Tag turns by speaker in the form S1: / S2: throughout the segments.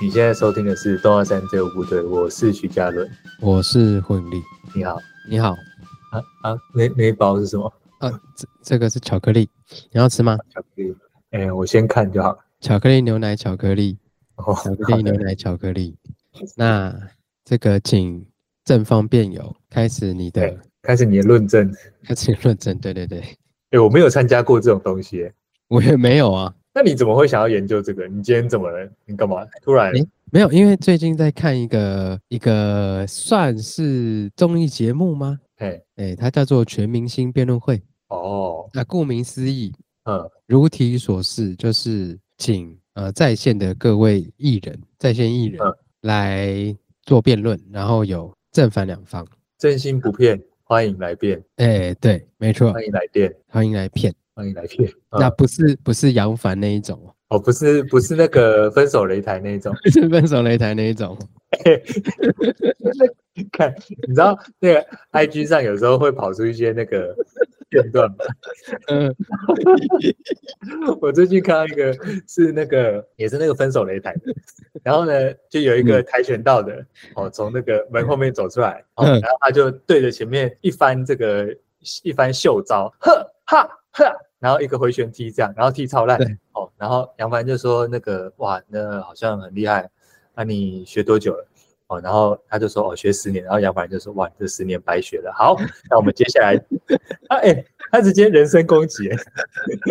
S1: 你现在收听的是《东二三队伍部队》，我是徐嘉伦。
S2: 我是混力。
S1: 你好，
S2: 你好，
S1: 啊啊，那那一包是什么？
S2: 啊，这这个是巧克力，你要吃吗？
S1: 巧克力。哎、我先看就好了。
S2: 巧克力牛奶巧克力，
S1: 哦，
S2: 巧克力牛奶巧克力。那这个请正方辩友开始你的
S1: 对开始你的论证。
S2: 开始论证。对对对，
S1: 哎、我没有参加过这种东西耶。
S2: 我也没有啊，
S1: 那你怎么会想要研究这个？你今天怎么了？你干嘛？突然
S2: 诶没有，因为最近在看一个一个算是综艺节目吗？
S1: 哎、
S2: 哎，它叫做《全明星辩论会》。
S1: 哦，
S2: 那顾名思义，
S1: 嗯，
S2: 如题所示，就是请呃在线的各位艺人，在线艺人
S1: 嗯
S2: 来做辩论，然后有正反两方。
S1: 真心不骗，欢迎来辩，
S2: 哎，对，没错，
S1: 欢迎来电，
S2: 欢迎来骗。
S1: 欢迎来辩。嗯
S2: 那不是不是杨凡那一种哦，
S1: 哦，不是不是那个分手擂台那一种，
S2: 是分手擂台那一种哦。
S1: 看，你知道那个 IG 上有时候会跑出一些那个片段吗？哦
S2: 嗯，
S1: 我最近看到一个是那个也是那个分手擂台的，然后呢就有一
S2: 嗯
S1: 个跆拳道的、哦，从那个门后面走出来，哦，
S2: 嗯
S1: 然后他就对着前面一番这个一番袖招，呵哈呵，然后一个回旋踢这样，然后踢超烂
S2: 对
S1: 哦，然后杨帆就说那个哇，那好像很厉害，那、你学多久了？哦，然后他就说哦学十年，然后杨凡就说哇你这十年白学了。好，那我们接下来，啊哎、他直接人身攻击，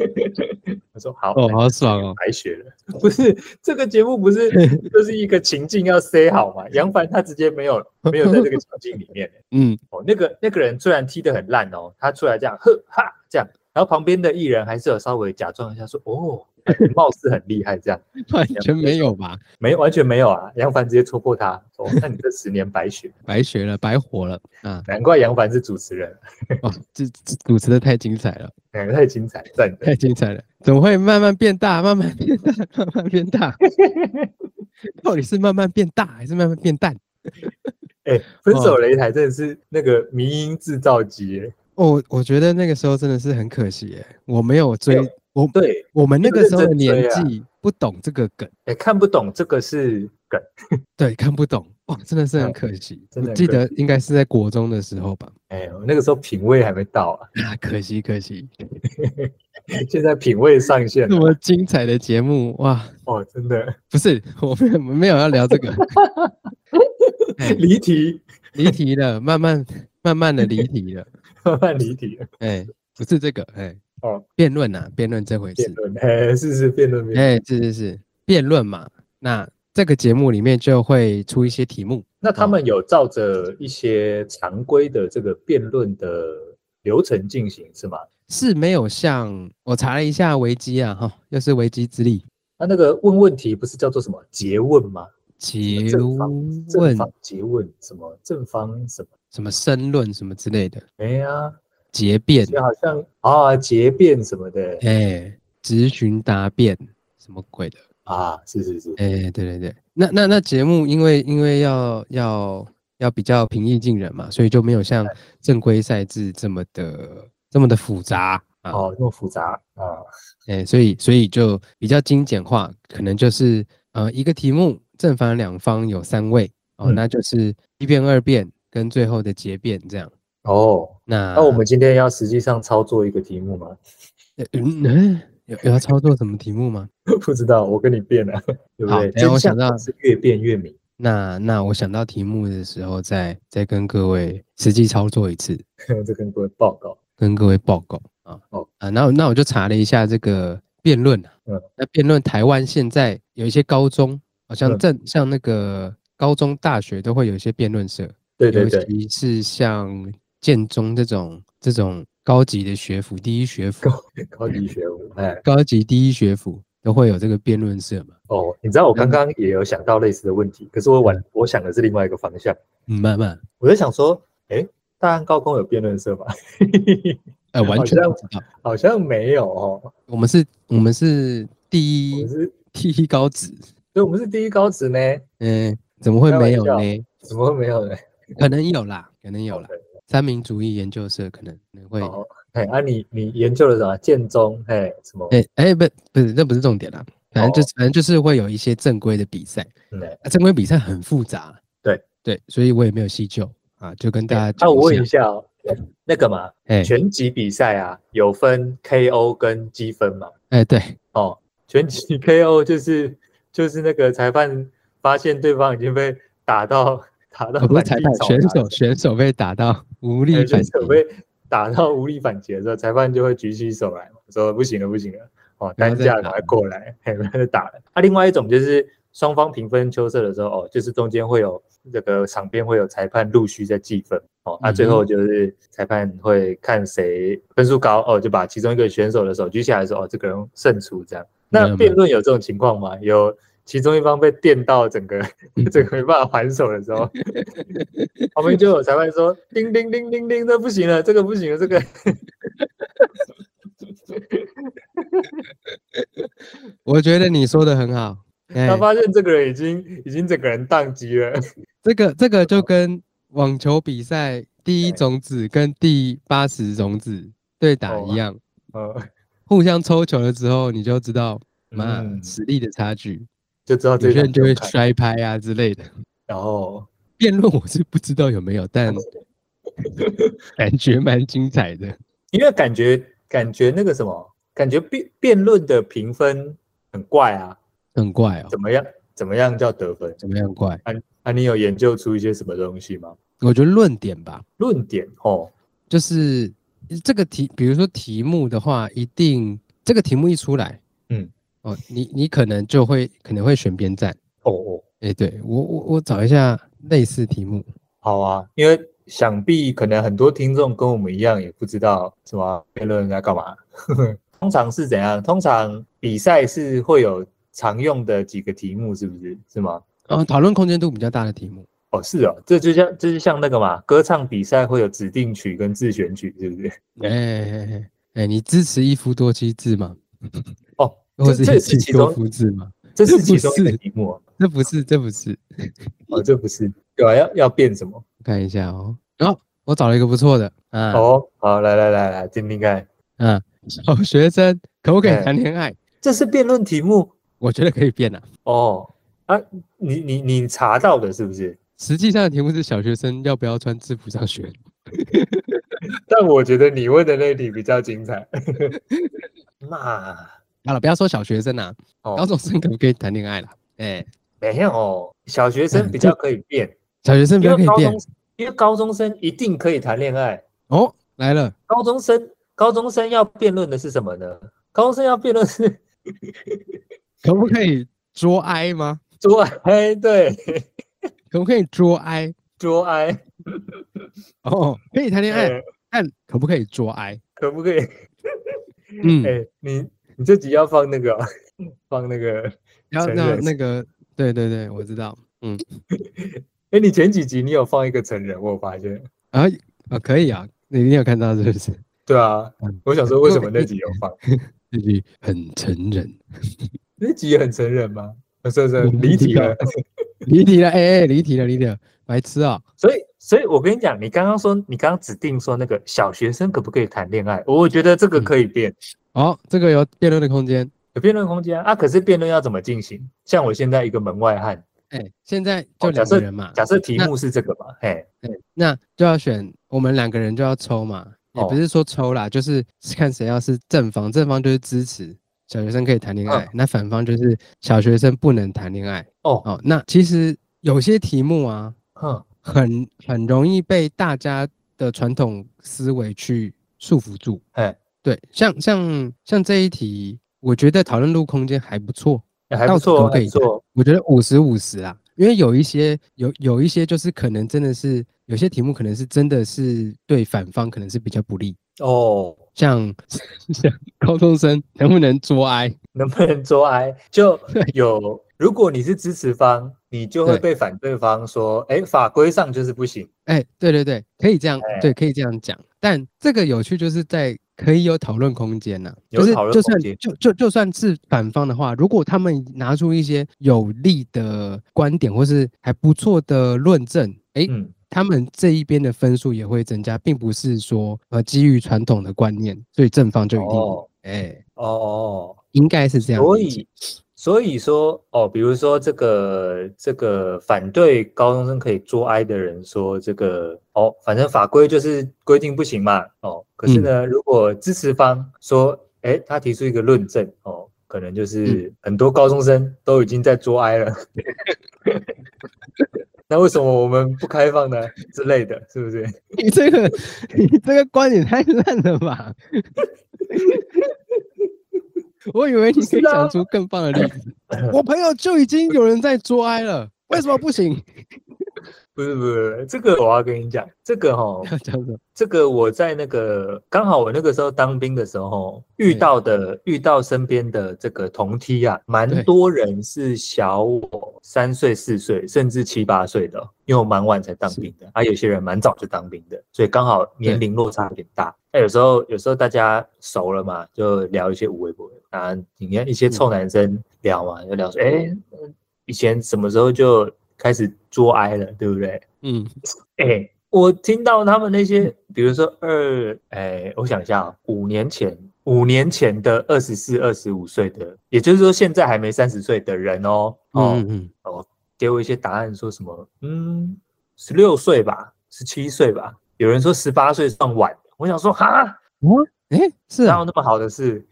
S1: 我说好
S2: 哦，
S1: 来
S2: 好爽哦。
S1: 白学了，不是这个节目不 是就是一个情境要塞好嘛？杨凡他直接没 有没有在这个情境里面欸、
S2: 嗯，
S1: 哦，那个那个人虽然踢得很烂哦，他出来这样呵哈这样，然后旁边的艺人还是有稍微假装一下说哦，貌似很厉害这样，
S2: 完全没有吧？
S1: 没完全没有啊，杨凡直接戳破他，哦，那你这十年白学，
S2: 白学了，白活了啊！
S1: 难怪杨凡是主持人，
S2: 哇，这这主持的太精彩了，
S1: 哎、太精彩，赞的，
S2: 太精彩了！怎么会慢慢变大，慢慢变大，慢慢变 大？到底是慢慢变大还是慢慢变淡？
S1: 哎、分手
S2: 嗯
S1: 擂台真的是那个迷音制造机欸、
S2: 哦，我觉得那个时候真的是很可惜耶，我没有追，
S1: 有
S2: 我
S1: 对，
S2: 我们那
S1: 没有
S2: 个时候的
S1: 认真追
S2: 年
S1: 啊
S2: 纪不懂这个梗，
S1: 哎、看不懂这个是梗，
S2: 对，看不懂，哇，真的是很
S1: 嗯
S2: 可惜。
S1: 真的很
S2: 我记
S1: 可
S2: 得应该是在国中的时候吧，
S1: 哎、我那个时候品味还没到啊，
S2: 啊，可惜可惜，
S1: 现在品味上线
S2: 这
S1: 了
S2: 么精彩的节目，哇，
S1: 哦，真的
S2: 不是，我们我们没有要聊 这个，哎
S1: 离题，
S2: 离题了，慢慢慢慢的离题了，
S1: 慢慢离题了。
S2: 哎，不是这个，哎，
S1: 哦，
S2: 辩论呐，辩论这回
S1: 辩
S2: 事，
S1: 论，哎、是是辩论辩论。
S2: 哎，是是是，辩论嘛，那这个节目里面就会出一些题目。
S1: 那他
S2: 哦
S1: 们有照着一些常规的这个辩论的流程进行是吗？
S2: 是没有像我查了一下维基啊，哈，又是维基之力。
S1: 那那个问问题不是叫做什么诘问吗？
S2: 结
S1: 正方正
S2: 问
S1: 方诘问什么正方什么？
S2: 什么申论什么之类的，
S1: 哎呀，
S2: 结辩，
S1: 就好像啊结辩什么的
S2: 哎，咨询答辩，什么鬼的，
S1: 啊，是是是，
S2: 哎，对对对，那那那节目因为因为要要要比较平易近人嘛，所以就没有像正规赛制这么的这么的复杂啊，
S1: 哦，那么复杂啊，
S2: 哎，所以所以就比较精简化，可能就是呃一个题目正反两方有三位哦，
S1: 嗯
S2: 那就是一辩、二辩跟最后的结辩这样。
S1: 哦。
S2: 那
S1: 那我们今天要实际上操作一个题目吗？
S2: 呃嗯嗯有有要操作什么题目吗？
S1: 不知道，我跟你辩了， 对不
S2: 好
S1: 对？
S2: 等一下
S1: 真
S2: 我
S1: 相
S2: 想到
S1: 总是越辩越明。
S2: 那那我想到题目的时候再再跟各位实际操作一次，
S1: 这跟各位报告，
S2: 跟各位报告啊
S1: 好
S2: 啊，那我那我就查了一下这个辩论啊，
S1: 嗯
S2: 那辩论台湾现在有一些高中好像
S1: 嗯
S2: 正像那个高中大学都会有一些辩论社，
S1: 对对对，
S2: 尤其是像建中这种这种高级的学府，第一学府，
S1: 高级学务。哎，
S2: 高级第一学府都会有这个辩论社嘛。
S1: 哦，你知道我
S2: 嗯
S1: 刚刚也有想到类似的问题，可是我晚我想的是另外一个方向，
S2: 嗯，慢慢，
S1: 我就想说，哎，大安高工有辩论社吗？
S2: 呃，完
S1: 好
S2: 全
S1: 像
S2: 不知道。
S1: 好像没有哦，
S2: 我们是，我们是第
S1: 我
S2: 一
S1: 们是，
S2: 第一高职，
S1: 所以我们是第一高职呢，
S2: 嗯、怎么会
S1: 开
S2: 没
S1: 玩
S2: 有
S1: 笑
S2: 呢？
S1: 怎么会没有呢？
S2: 可能有啦，可能有啦
S1: OK。
S2: 三民主义研究社可能可能会，
S1: 哦哦，哎，啊你你研究了什么？建中，哎，什么？
S2: 哎哎、不不是，这不是重点啦。反
S1: 哦
S2: 正就、反正就是会有一些正规的比赛，
S1: 嗯，
S2: 啊、正规比赛很复杂，
S1: 对
S2: 对，所以我也没有细究啊，就跟大家
S1: 那
S2: 讲
S1: 我问
S2: 一
S1: 一
S2: 下，
S1: 下哦，那个嘛，
S2: 哎
S1: 拳击比赛啊，有分 KO 跟积分嘛？
S2: 哎对，
S1: 哦，拳击 KO 就是就是那个裁判发现对方已经被打到打到
S2: 我哦不是
S1: 满
S2: 裁
S1: 地
S2: 判，
S1: 找
S2: 选
S1: 牙
S2: 手选手被 打到无力
S1: 啊哎
S2: 反
S1: 选
S2: 击，
S1: 手被打到无力反击的时候，裁判就会举起手来，说不行了，不行了，哦，
S2: 不要
S1: 担
S2: 再
S1: 架
S2: 打
S1: 赶快过来，嘿，不要再打了。啊，另外一种就是双方平分秋色的时候，哦，就是中间会有这个场边会有裁判陆续在计分，哦，
S2: 嗯
S1: 啊，最后就是裁判会看谁分数高，哦，就把其中一个选手的手举起来说，哦，这个人胜出这样。
S2: 没
S1: 那
S2: 有没有
S1: 辩论有这种情况吗？有。其中一方被电到整 个整个没办法还手的时候，旁边就有裁判说：“叮叮叮叮叮，这不行了，这个不行了，这个
S2: 我觉得你说的 很好， 哎
S1: 他，发现这个人已经已经整个人宕机了。
S2: 这个这个就跟网球比赛第一
S1: 对
S2: 种子跟第八十种子对打
S1: 哦
S2: 一样，
S1: 嗯，
S2: 互相抽球了之后，你就知道妈
S1: 嗯哦
S2: 实力的差距，
S1: 就知道
S2: 有
S1: 这
S2: 些
S1: 个
S2: 人就会摔拍啊之类的。
S1: 然后
S2: 辩论我是不知道有没有，但
S1: 哦
S2: 感觉蛮精彩的。
S1: 因为感觉感觉那个什么，感觉辩辩论的评分很怪啊，
S2: 很怪哦，
S1: 怎么样怎么样叫得分？
S2: 怎么样怪？
S1: 啊，你有研究出一些什么东西吗？
S2: 我觉得论点吧，
S1: 论点哦，
S2: 就是这个题，比如说题目的话，一定这个题目一出来，
S1: 嗯，
S2: 哦，你你可能就会可能会选边站。
S1: 哦哦，
S2: 哎，对我我我找一下类似题目，
S1: 好啊，因为想必可能很多听众跟我们一样，也不知道什么辩论啊在干嘛。 通常是怎样？通常比赛是会有常用的几个题目，是不是？是吗？
S2: 哦，讨论空间度比较大的题目，
S1: 哦，是哦，这就像这就像那个嘛，歌唱比赛会有指定曲跟自选曲，是不是？
S2: 哎哎哎哎，你支持一夫多妻制吗？
S1: 哦，
S2: 或
S1: 这
S2: 者
S1: 这也
S2: 一
S1: 是
S2: 妻
S1: 其
S2: 多
S1: 中，
S2: 夫制吗？
S1: 这
S2: 这
S1: 是其
S2: 不
S1: 中一个
S2: 是
S1: 题目哦，
S2: 这不是，这不是。
S1: 哦这不是，对啊，要要变什么？
S2: 我看一下哦，哦，我找了一个不错的啊，
S1: 哦，好，来来来来，听听看，
S2: 啊，小学生可不可以
S1: 哎
S2: 谈恋爱？
S1: 这是辩论题目
S2: 我觉得可以变啊。
S1: 哦。啊，你你你查到的是不是？
S2: 实际上的题目是小学生要不要穿制服上学？
S1: 但我觉得你问的那题比较精彩。 那
S2: 好了，不要说小学生啦、高
S1: 哦，
S2: 中生可不可以谈恋爱啦？ 哎、
S1: 没有哦，小学生
S2: 嗯
S1: 比
S2: 这
S1: 较可以变，
S2: 小学生不
S1: 因
S2: 要嗯可
S1: 为
S2: 以
S1: 高
S2: 变
S1: 中因为高中生一定可以谈恋爱。
S2: 哦。来了，
S1: 高中生，高中生要辩论的是什么呢？高中生要辩论是
S2: 可不可以捉哀吗？
S1: 做爱， 对，
S2: 可不可以捉哀？
S1: 做爱，
S2: 哦，可以谈恋爱，
S1: 哎
S2: 但可不可以捉哀？
S1: 可不可以？
S2: 嗯，
S1: 哎，你你这集要放那个哦、 放那个，
S2: 然后
S1: 承
S2: 那
S1: 认
S2: 那个，对对对，我知道。嗯，
S1: 哎，你前几集你有放一个成人，我有发现，
S2: 啊啊，可以啊，你你有看到是不是？
S1: 对啊
S2: 嗯，
S1: 我想说为什么那集有放？
S2: 这句很成人，
S1: 那集很成人吗？呃是是
S2: 我不
S1: 离
S2: 知
S1: 题
S2: 道
S1: 了，
S2: 离题了，哎、哎，离题了，离题了，白痴啊、
S1: 所以所以我跟你讲，你刚刚说你刚刚指定说那个小学生可不可以谈恋爱？我觉得这个
S2: 嗯
S1: 可以辩，
S2: 哦，这个有辩论的空间。
S1: 有辩论空间啊。啊可是辩论要怎么进行？像我现在一个门外汉，
S2: 哎，现在
S1: 哦
S2: 就
S1: 假
S2: 两个
S1: 设
S2: 人嘛，
S1: 假设题
S2: 那
S1: 目是这个嘛，嘿，
S2: 哎，那就要选我们两个人就要抽嘛，也不
S1: 哦
S2: 是说抽啦，就是 看谁要是正方，正方就是支持小学生可以谈恋
S1: 嗯
S2: 爱，那反方就是小学生不能谈恋爱。
S1: 哦，
S2: 哦，那其实有些题目啊，
S1: 哼，
S2: 很很容易被大家的传统思维去束缚住。
S1: 哎，
S2: 对，像像像这一题，我觉得讨论度空间还不错。
S1: 还
S2: 到
S1: 不错，啊
S2: 底可不可
S1: 还
S2: 以
S1: 不错，
S2: 我觉得五十五十啊，因为有一些有有一些就是可能真的是有些题目可能是真的是对反方可能是比较不利，
S1: 哦，
S2: 像像高中生能不能捉哀？
S1: 能不能做爱就
S2: 对
S1: 有？如果你是支持方，你就会
S2: 对
S1: 被反对方说，哎，法规上就是不行。
S2: 哎，对对对，可以这样，
S1: 哎
S2: 对，可以这样讲。但这个有趣就是在可以有讨论空间呐、
S1: 有
S2: 就是
S1: 讨论
S2: 就
S1: 空
S2: 算
S1: 间
S2: 就就就算是反方的话，如果他们拿出一些有利的观点或是还不错的论证，哎，
S1: 嗯，
S2: 他们这一边的分数也会增加，并不是说呃基于传统的观念，所以正方就一定赢
S1: 哦
S2: 哎、
S1: 哦哦，
S2: 应该是这样
S1: 所
S2: 理解
S1: 以所以说哦，比如说这个这个反对高中生可以做爱的人说这个哦，反正法规就是规定不行嘛哦。可是呢，如果支持方说，哎，他提出一个论证哦，可能就是很多高中生都已经在做爱了， 那为什么我们不开放呢？之类的，是不是？
S2: 你这个你这个观点太烂了吧！ 我以为你可以
S1: 是啊
S2: 讲出更棒的例子。 我朋友就已经有人在做爱了，为什么不行？
S1: 不是不是，不是这个我要跟你讲，这个哦，
S2: 要讲什么？
S1: 这个我在那个刚好我那个时候当兵的时候遇到的，遇到身边的这个同梯啊，蛮
S2: 对
S1: 多人是小我三岁、四岁，甚至七八岁的哦，因为我蛮晚才当兵的，啊，有些人蛮早就当兵的，所以刚好年龄落差有点大。那有时候有时候大家熟了嘛，就聊一些无微不微啊，你看一些臭男生聊嘛，就聊说，哎，以前什么时候就开始做爱了，对不对？
S2: 嗯，
S1: 哎、我听到他们那些，比如说二，哎、我想一下哦，五年前，五年前的二十四、二十五岁的，也就是说现在还没三十岁的人哦，哦，
S2: 嗯嗯
S1: 给我一些答案，说什么，嗯，十六岁吧，十七岁吧，有人说十八岁算晚，我想说，哈，
S2: 嗯，哎，是
S1: 哪
S2: 啊
S1: 有，那么好的事？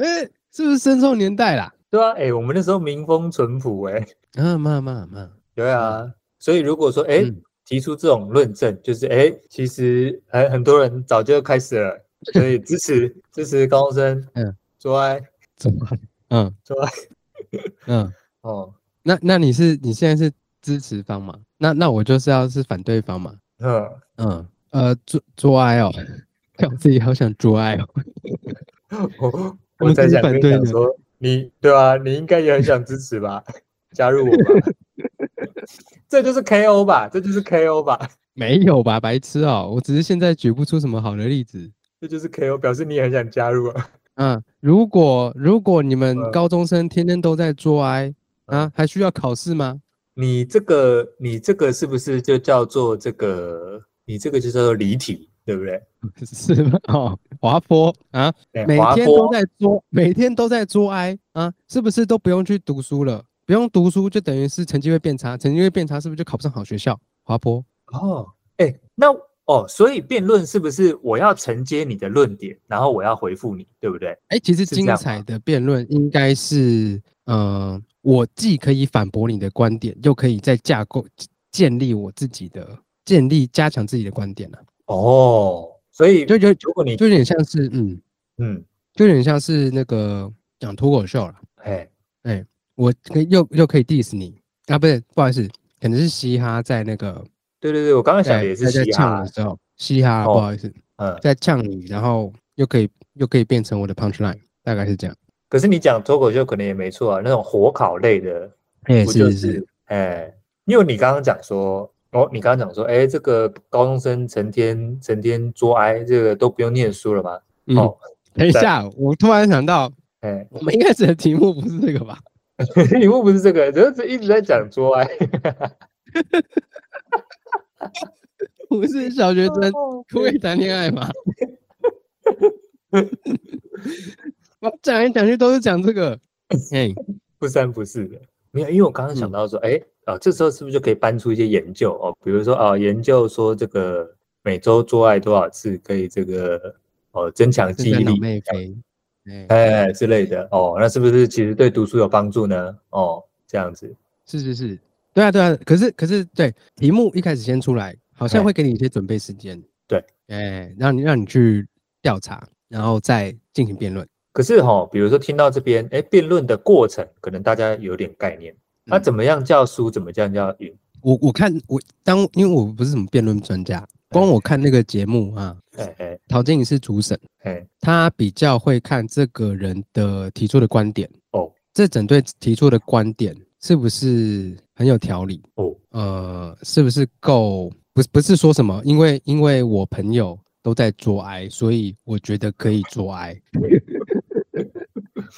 S2: 哎，是不是深受年代啦？
S1: 对啊，哎、我们那时候民风淳朴、哎，
S2: 啊，嘛嘛嘛，
S1: 对啊，所以如果说，哎、
S2: 嗯
S1: 提出这种论证，就是哎、诶其实很很多人早就开始了，所以支持支持高中生，
S2: 嗯，
S1: 做爱
S2: 怎么？ 嗯，
S1: 做爱，
S2: 嗯，
S1: 哦，
S2: 那那你是你现在是支持方嘛？那那我就是要是反对方嘛？
S1: 嗯，
S2: 嗯，呃，做做爱哦， 看我自己好想做爱哦。
S1: 我
S2: 他
S1: 我
S2: 们
S1: 在
S2: 是
S1: 想
S2: 反
S1: 跟你
S2: 对
S1: 讲
S2: 的
S1: 说，你对啊，你应该也很想支持吧，加入我吧， 这就是 KO 吧，这就是 KO 吧，
S2: 没有吧，白痴哦！我只是现在举不出什么好的例子。
S1: 这就是 KO，表示你也很想加入啊，
S2: 嗯，如果如果你们
S1: 嗯
S2: 高中生天天都在做爱
S1: 呃
S2: 啊，还需要考试吗？
S1: 你这个你这个是不是就叫做这个，你这个就叫做离体，对不对？
S2: 是吗？哦，滑坡啊，
S1: 哎
S2: 每
S1: 滑
S2: 天
S1: 坡
S2: 都在做，每天都在做爱啊，是不是都不用去读书了？不用读书就等于是成绩会变差，成绩会变差是不是就考不上好学校？滑坡，
S1: 哦，哎、那哦，所以辩论是不是我要承接你的论点，然后我要回复你，对不对？
S2: 哎，其实
S1: 是这
S2: 精
S1: 样
S2: 彩
S1: 吗
S2: 的辩论应该是，呃，我既可以反驳你的观点，又可以在架构建立我自己的，建立加强自己的观点了、
S1: 哦，所以
S2: 就就
S1: 如果你
S2: 就有点像是，嗯，
S1: 嗯，
S2: 就有点像是那个讲脱口秀了。
S1: 哎，
S2: 我可以又又可以 diss 你啊，不是，不好意思，可能是嘻哈在那个
S1: 对对对，我刚刚想
S2: 在
S1: 的也是
S2: 在在
S1: 嘻
S2: 呛
S1: 哈
S2: 的，时候，嘻哈、不
S1: 哦
S2: 好意思，
S1: 嗯，
S2: 在呛你，然后又可以又可以变成我的 punch line，大概是这样。
S1: 可是你讲脱口秀可能也没错啊，那种火烤类的，
S2: 哎，
S1: 不就是是，哎，因为你刚刚讲说。哦，你刚刚讲说，哎，这个高中生成天成天作哀，这个都不用念书了吗？
S2: 嗯，
S1: 哦，
S2: 等一
S1: 在
S2: 下，我突然想到，
S1: 哎，
S2: 我们一开始的题目不是这个吧？
S1: 题目不是这个，只是一直在讲作 哀。
S2: 我是小学 生，
S1: 哦
S2: 可不可以谈恋爱 嘛？我讲来讲去都是讲 这个，哎，
S1: 不三不四的，没有，因为我刚刚
S2: 嗯
S1: 想到说，哎、啊，这时候是不是就可以搬出一些研究哦？比如说啊，研究说这个每周做爱多少次可以这个哦增强记
S2: 正在
S1: 忆
S2: 脑
S1: 力，
S2: 内飞，哎，
S1: 哎之类的哦，那是不是其实对读书有帮助呢？哦，这样子，
S2: 是是是，对啊对啊，可是可是对题目一开始先出来，好像
S1: 哎
S2: 会给你一些准备时间，
S1: 对，
S2: 哎，让你让你去调查，然后再进行辩论。
S1: 可是哈、比如说听到这边，哎，辩论的过程可能大家有点概念，那、
S2: 嗯
S1: 怎么样叫输，怎么样叫赢？
S2: 我我看我当因为我不是什么辩论专家，光我看那个节目啊，
S1: 哎哎
S2: 陶晶莹是主审。
S1: 哎，
S2: 他比较会看这个人的提出的观点
S1: 哦，
S2: 这整对提出的观点是不是很有条理？
S1: 哦，
S2: 呃，是不是够？不是不是说什么，因为因为我朋友都在做爱，所以我觉得可以做爱。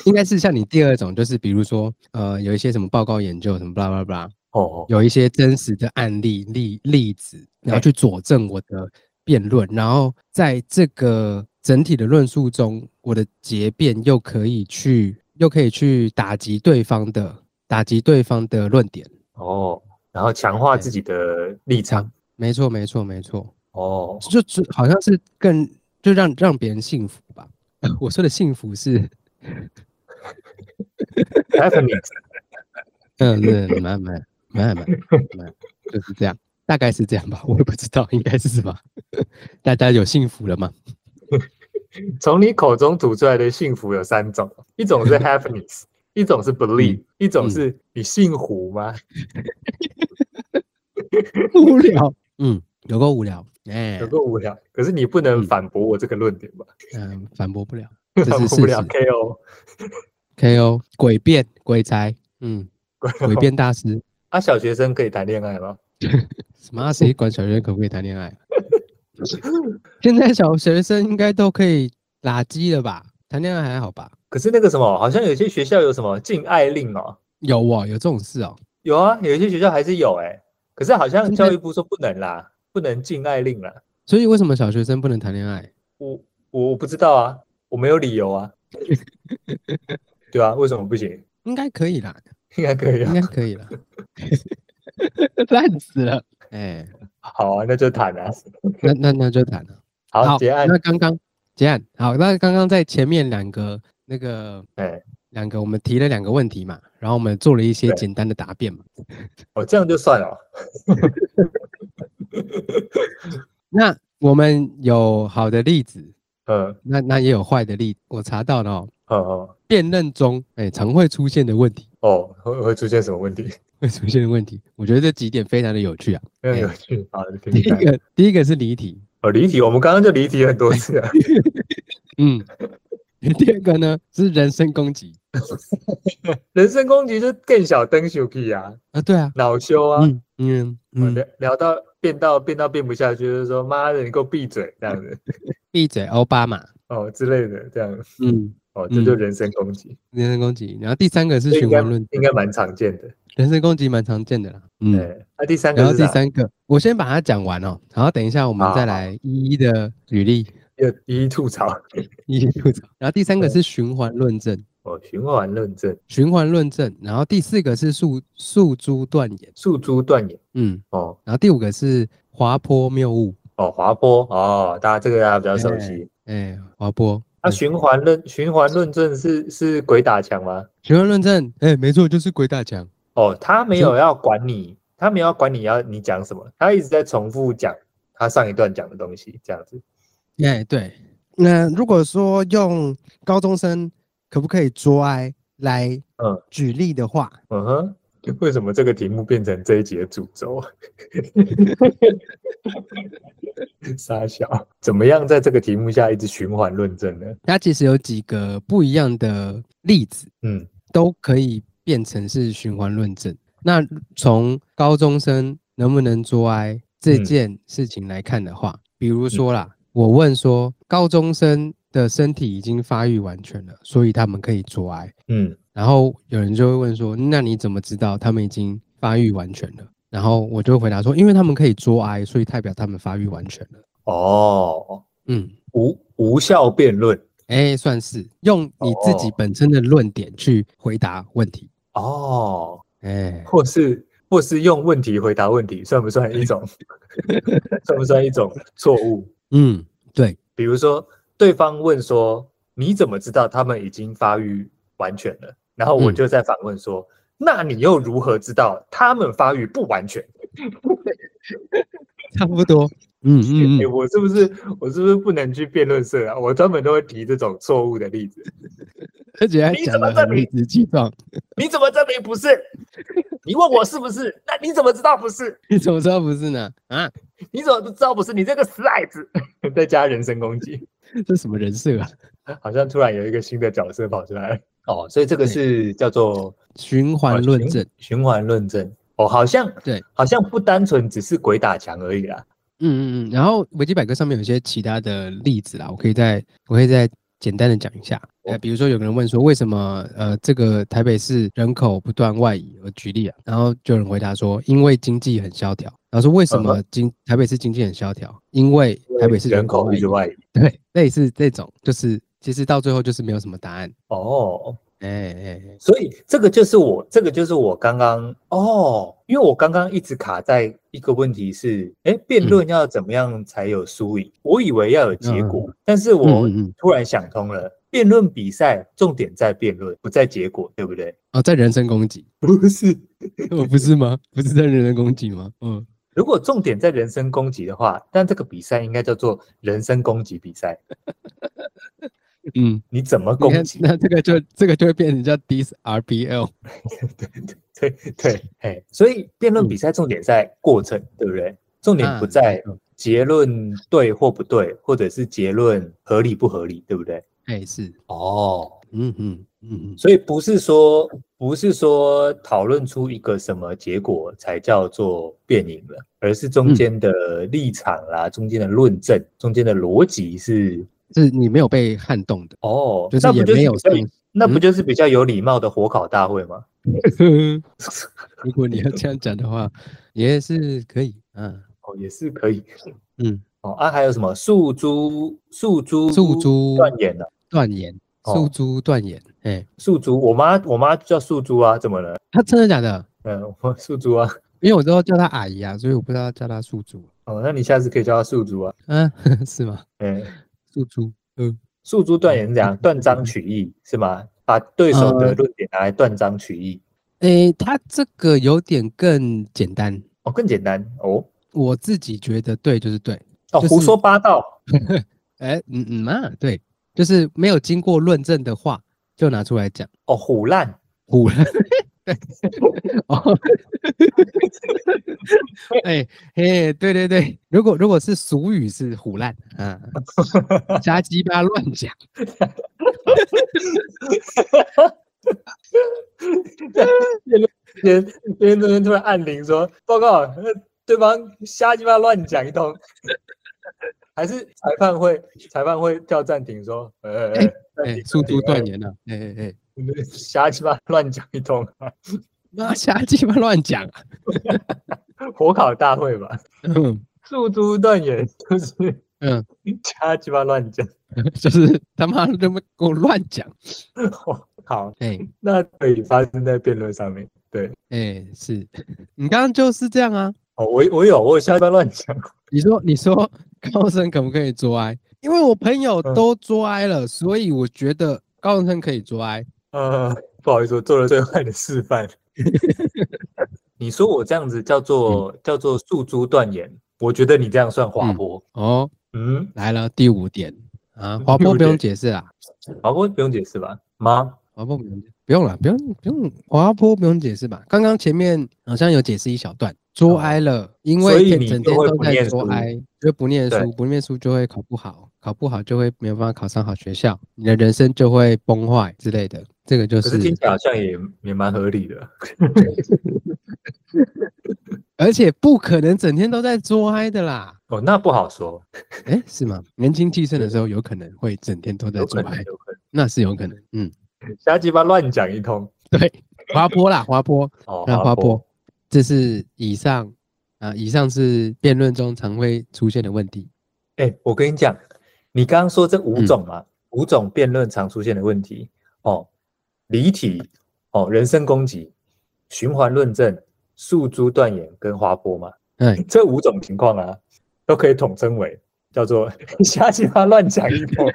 S2: 应该是像你第二种，就是比如说，呃，有一些什么报告研究什么，blah blah blah，
S1: 哦哦，
S2: 有一些真实的案例例例子，然后
S1: 哎
S2: 去佐证我的辩论，然后在这个整体的论述中，我的结辩又可以去又可以去打击对方的打击对方的论点。
S1: 哦，然后强化自己的立场。
S2: 没错，没错，没错，
S1: 哦，
S2: 就就好像是更就让让别人幸福吧。 我说的幸福是，
S1: 还有你
S2: 嗯，对，蛮蛮蛮蛮蛮，就是这样，大概是这样吧。我也不知道应该是什么。 大家有幸福了吗？
S1: 从你口中吐出来的幸福有三 种，一种是 happiness，一种是
S2: 嗯
S1: believe，、一种是你姓胡吗？
S2: 无聊，嗯，有够无聊，哎、
S1: 有够无聊。可是你不能
S2: 嗯
S1: 反驳我这个论点吧？
S2: 嗯、反 驳不了，这
S1: 反
S2: 是
S1: 驳不
S2: 事实
S1: 了。KO。哦
S2: KO 诡辩鬼才， 嗯， 诡辩大师，
S1: 啊，小学生可以谈恋爱吗？
S2: 什么 啊谁管小学生可不可以谈恋爱？ 现在小学生应该都可以拉鸡了吧？谈恋爱还好吧？
S1: 可是那个什么，好像有些学校有什么禁爱令哦，
S2: 有哦，有这种事哦。
S1: 有啊，有一些学校还是有哎、可是好像
S2: 现在
S1: 教育部说不能啦，不能禁爱令啦。
S2: 所以为什么小学生不能谈恋爱？
S1: 我我我不知道啊，我没有理由 啊。对啊，为什么不行？
S2: 应该可以啦，
S1: 应该可以啊
S2: 应该。可以 啦。 烂死了，哎、
S1: 好啊，那就谈啊。
S2: 那那那就谈了。
S1: 好，结案。
S2: 那刚刚结案好，那刚刚在前面两个那个
S1: 哎，
S2: 两个，我们提了两个问题嘛，然后我们做了一些
S1: 对
S2: 简单的答辩嘛。
S1: 哦，这样就算了。
S2: 那我们有好的例子，
S1: 嗯
S2: 那那也有坏的例子，我查到了哦。
S1: 嗯嗯，
S2: 辩论中，哎、常会出现的问题，
S1: 哦，会会出现什么问题？
S2: 会出现的问题，我觉得这几点非常的有趣啊。
S1: 非常有
S2: 哎
S1: 趣。好，听
S2: 第
S1: 听
S2: 一
S1: 看。
S2: 个，第一个是离题，
S1: 哦，离题，我们刚刚就离题很多次 了。
S2: 嗯， 第二个呢是人身攻击
S1: 人身攻击就更小灯羞屁啊，
S2: 啊，对啊，
S1: 恼羞啊。
S2: 嗯嗯
S1: 我
S2: 嗯，
S1: 聊聊到变到变到变不下去，就是说妈的，你给我闭嘴这样
S2: 嗯
S1: 子
S2: 闭嘴，奥巴马，
S1: 哦之类的，这样
S2: 嗯，
S1: 哦，这就
S2: 嗯
S1: 人身攻击，
S2: 人身攻击，然后第三个是
S1: 这
S2: 循
S1: 应该
S2: 环论
S1: 应该蛮常见的。
S2: 人身攻击蛮常见的啦。嗯，
S1: 对，那第三
S2: 然
S1: 个
S2: 后
S1: 是
S2: 第
S1: 啥？
S2: 三个，我先把它讲完哦，然后等一下我们
S1: 好
S2: 再
S1: 好
S2: 来一一的举例，
S1: 要一一吐槽
S2: 一一吐槽。然后第三个是循环论证，
S1: 哦，循环论证，
S2: 循环论证。然后第四个是诉诉诸断言，
S1: 诉诸断言
S2: 嗯。
S1: 哦
S2: 然后第五个是滑坡谬误，
S1: 哦，滑坡哦，大家这个大家比较熟悉。
S2: 哎，滑坡。
S1: 那、啊
S2: 嗯
S1: 循环论循环论证是是鬼打墙吗？
S2: 循环论证，哎，没错，就是鬼打墙。
S1: 哦，他没
S2: 循
S1: 有要管你，他没有要管你要你讲什么，他一直在重复讲他上一段讲的东西，这样子。
S2: 哎，对。那如果说用高中生可不可以做爱来
S1: 嗯
S2: 举例的话，
S1: 嗯哼，为什么这个题目变成这一节主轴？ 傻小，怎么样在这个题目下一直循环论证呢？
S2: 它其实有几个不一样的例子，
S1: 嗯，
S2: 都可以变成是循环论证。那从高中生能不能做爱这
S1: 嗯
S2: 件事情来看的话，比如说啦，我问说高中生的身体已经发育完全了，所以他们可以做爱。
S1: 嗯，
S2: 然后有人就会问说，那你怎么知道他们已经发育完全了？然后我就会回答说，因为他们可以做爱，所以代表他们发育完全了。
S1: 哦，
S2: 嗯，
S1: 无无效辩论，
S2: 哎，算是用你自己
S1: 哦
S2: 本身的论点去回答问题。
S1: 哦，
S2: 哎，
S1: 或是或是用问题回答问题，算不算一 种？算不算一种错误？
S2: 嗯，对，
S1: 比如说，对方问说：“你怎么知道他们已经发育完全了？”然后我
S2: 嗯
S1: 就在反问说：“那你又如何知道他们发育不完全？”
S2: 差不多。嗯嗯
S1: 诶
S2: 嗯，
S1: 我是不是我是不是不能去辩论社啊？我专门都会提这种错误的例子。
S2: 而且还
S1: 你
S2: 讲
S1: 怎么
S2: 的
S1: 这
S2: 很
S1: 里
S2: 理直气壮。
S1: 你怎么证明不是？你问我是不是？那你怎么知道不是？
S2: 你怎么知道不是呢？啊，
S1: 你怎么知道不是？你这个死矮子！ 再加人身攻击，
S2: 这什么人设
S1: 哦
S2: 啊？
S1: 好像突然有一个新的角色跑出来了。哦，所以这个
S2: 对
S1: 是叫做
S2: 循环
S1: 哦
S2: 论
S1: 循
S2: 证。
S1: 循环论证哦，好像
S2: 对，
S1: 好像不单纯只是鬼打墙而已啦。
S2: 嗯嗯嗯。然后维基百科上面有一些其他的例子啦，我可以再我可以再简单的讲一下。
S1: 哦
S2: 呃，比如说有个人问说，为什么呃这个台北市人口不断外移？我举例啊，然后就有人回答说，因为经济很萧条。然然后说为什
S1: 嗯
S2: 么经台北市经济很萧条？因为台北市
S1: 人口一
S2: 一
S1: 直外移。
S2: 对，类似这种，就是其实到最后就是没有什么答案。
S1: 哦，
S2: 哎哎哎，
S1: 所以这个就是我，这个就是我刚刚哦，因为我刚刚一直卡在一个问题是，哎，辩
S2: 嗯
S1: 论要怎么样才有输赢？我以为要有结果，但是我
S2: 嗯嗯嗯，
S1: 突然想通了，辩论比赛重点在辩论，不在结果，对不对？
S2: 哦，在人身攻击，
S1: 不是，
S2: 我不是吗？不是在人身攻击吗？嗯，
S1: 如果重点在人身攻击的话，但这个比赛应该叫做人身攻击比赛。
S2: 嗯，
S1: 你怎么
S2: 你
S1: 攻
S2: 看，
S1: 击？
S2: 那这个就这个就会变成叫 dis RBL，
S1: 对对，哎，所以辩
S2: 嗯
S1: 论比赛重点在过程，对不对？重点不
S2: 啊
S1: 在
S2: 没错
S1: 结论对或不对，或者是结论合理不合理，对不对？
S2: 哎是，
S1: 哦，
S2: 嗯嗯嗯嗯，
S1: 所以不是说不是说讨论出一个什么结果才叫做辩赢了，而是中
S2: 嗯
S1: 间的立场啦、中间的论证、中间的逻辑是
S2: 是你没有被撼动的，
S1: 哦，
S2: 就是
S1: 那不
S2: 也
S1: 就是
S2: 没有
S1: 比较
S2: 上
S1: 那不
S2: 嗯
S1: 就是比较有礼貌的火烤大会吗？
S2: 如果你要这样讲的话，也是可以。嗯
S1: 哦，也是可以。
S2: 嗯，
S1: 哦啊，还有什么诉诸诉诸
S2: 诉诸
S1: 断言呢、
S2: 断言，
S1: 哦
S2: 诉诸断言。哎、
S1: 诉诸，我妈我妈叫诉诸啊，怎么了？
S2: 他、真的假的？
S1: 嗯，我诉诸啊。
S2: 因为我都叫他阿姨啊，所以我不知道叫他宿猪。
S1: 哦，那你下次可以叫她诉诸啊。
S2: 啊， 是吗？
S1: 嗯，
S2: 宿猪。嗯，
S1: 诉诸断言是怎样？断章取义是吗？把对手
S2: 呃
S1: 的论点拿来断章取义，
S2: 哎、他这个有点更简单。
S1: 哦，更简单哦。
S2: 我自己觉得对就是对。
S1: 哦，
S2: 就是
S1: 胡说八道
S2: 哎、嗯嗯嘛，对，就是没有经过论证的话，就拿出来讲。
S1: 哦，胡烂。
S2: 虎了。 哦，哎嘿，对对对，如果如果是俗语是虎烂啊，瞎鸡巴乱讲，
S1: 别别人这边突然按铃说：“报告，那对方瞎鸡巴乱讲一通。”还是裁判会裁判会叫暂停说：“呃、
S2: 哎
S1: 暂
S2: 哎
S1: 停，
S2: 诉诸
S1: 暂
S2: 断
S1: 停
S2: 言了，哎哎哎，
S1: 你们瞎鸡巴乱讲一通、啊，
S2: 妈瞎鸡巴乱讲啊，
S1: 火烤大会吧，
S2: 嗯
S1: 诉诸断言就是
S2: 嗯，
S1: 瞎鸡巴乱讲。
S2: 就是他妈这么给我乱讲，
S1: 好，
S2: 哎
S1: 那可以发生在辩论上面。对，
S2: 哎是， 你刚刚就是这样啊，
S1: 哦，我我有我有瞎鸡巴乱讲，
S2: 你说你说高升可不可以做哀？因为我朋友
S1: 嗯
S2: 都做哀了，所以我觉得高升可以做哀。
S1: 呃，不好意思，我做了最坏的示范。 你说我这样子叫做、叫做诉诸断言，我觉得你这样算滑坡。
S2: 哦，
S1: 嗯，
S2: 来了第五点啊，滑
S1: 第
S2: 坡
S1: 五
S2: 不用
S1: 点
S2: 解释啦，
S1: 嗯滑坡不用解释吧？妈，
S2: 滑坡不用解不用了，不用不用滑坡不用解释吧？刚刚前面好像有解释一小段，捉
S1: 哦
S2: 哀了，因
S1: 所
S2: 为
S1: 以
S2: 整
S1: 你
S2: 整
S1: 就
S2: 天
S1: 会
S2: 都
S1: 不
S2: 在
S1: 念
S2: 捉
S1: 书
S2: 哀，就不念
S1: 对
S2: 书，不念书就会考不好，考不好就会没有办法考上好学校，你的人生就会崩坏之类的。这个就
S1: 可是听
S2: 是，
S1: 起来好像也也蛮合理的。
S2: 而且不可能整天都在捉哀的啦。
S1: 哦，那不好说，
S2: 哎，是吗？年轻气盛的时候，有可能会整天都在
S1: 有
S2: 做
S1: 可能
S2: 爱，
S1: 有可
S2: 那是有可能。嗯，
S1: 能，瞎鸡巴乱讲一通。
S2: 对，滑坡啦，滑坡。
S1: 哦，
S2: 那
S1: 滑
S2: 花波，这是以上啊、以上是辩论中常会出现的问题。
S1: 哎、我跟你讲，你刚刚说这五
S2: 嗯
S1: 种嘛，五种辩论常出现的问题哦，离题哦，人身攻击、循环论证、诉诸断言跟滑坡嘛，
S2: 哎，
S1: 这五种情况啊，都可以统称为叫做瞎鸡巴乱讲一通。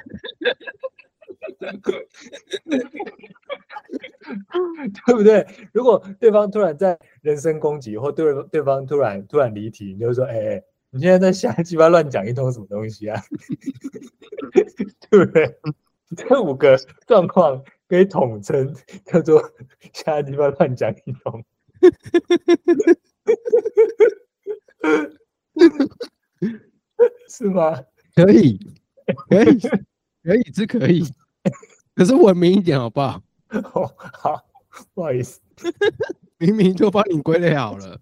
S1: 对不对？如果对方突然在人身攻击，或对对方突然突然离题，你就说：“哎、哎、你现在在瞎鸡巴乱讲一通什么东西啊？” 对不对？这五个状况可以统称叫做瞎鸡巴乱讲一通。 是吗？
S2: 可以，可以，可以，这可以。可是文明一点好不好？
S1: 哦，好，不好意思，
S2: 明明就帮你归类好了。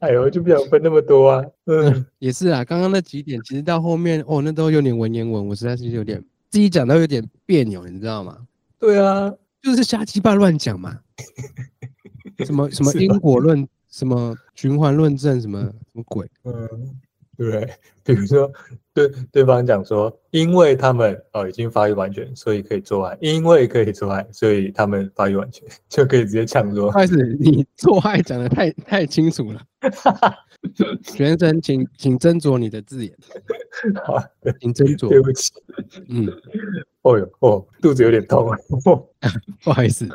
S1: 哎呦，就不想分那么多啊。嗯，
S2: 也是啊，刚刚那几点，其实到后面哦，那都有点文言文，我实在是有点自己讲到有点别扭，你知道吗？
S1: 对啊，
S2: 就是瞎鸡巴乱讲嘛。什么什么
S1: 是吧啊
S2: 因果论，什么循环论证什么什么鬼？
S1: 嗯，对不对？ 比如说，对对方讲说，因为他们哦已经发育完全，所以可以做爱；因为可以做爱，所以他们发育完全， 就可以直接呛
S2: 不
S1: 说，
S2: 好意思，你做爱讲的太太清楚 了。学生，请请斟酌你的字眼，
S1: 好，啊
S2: 请斟
S1: 对
S2: 酌。
S1: 不起，
S2: 嗯，
S1: 哦哟，哦，肚子有点痛 啊，哦
S2: 不好意思。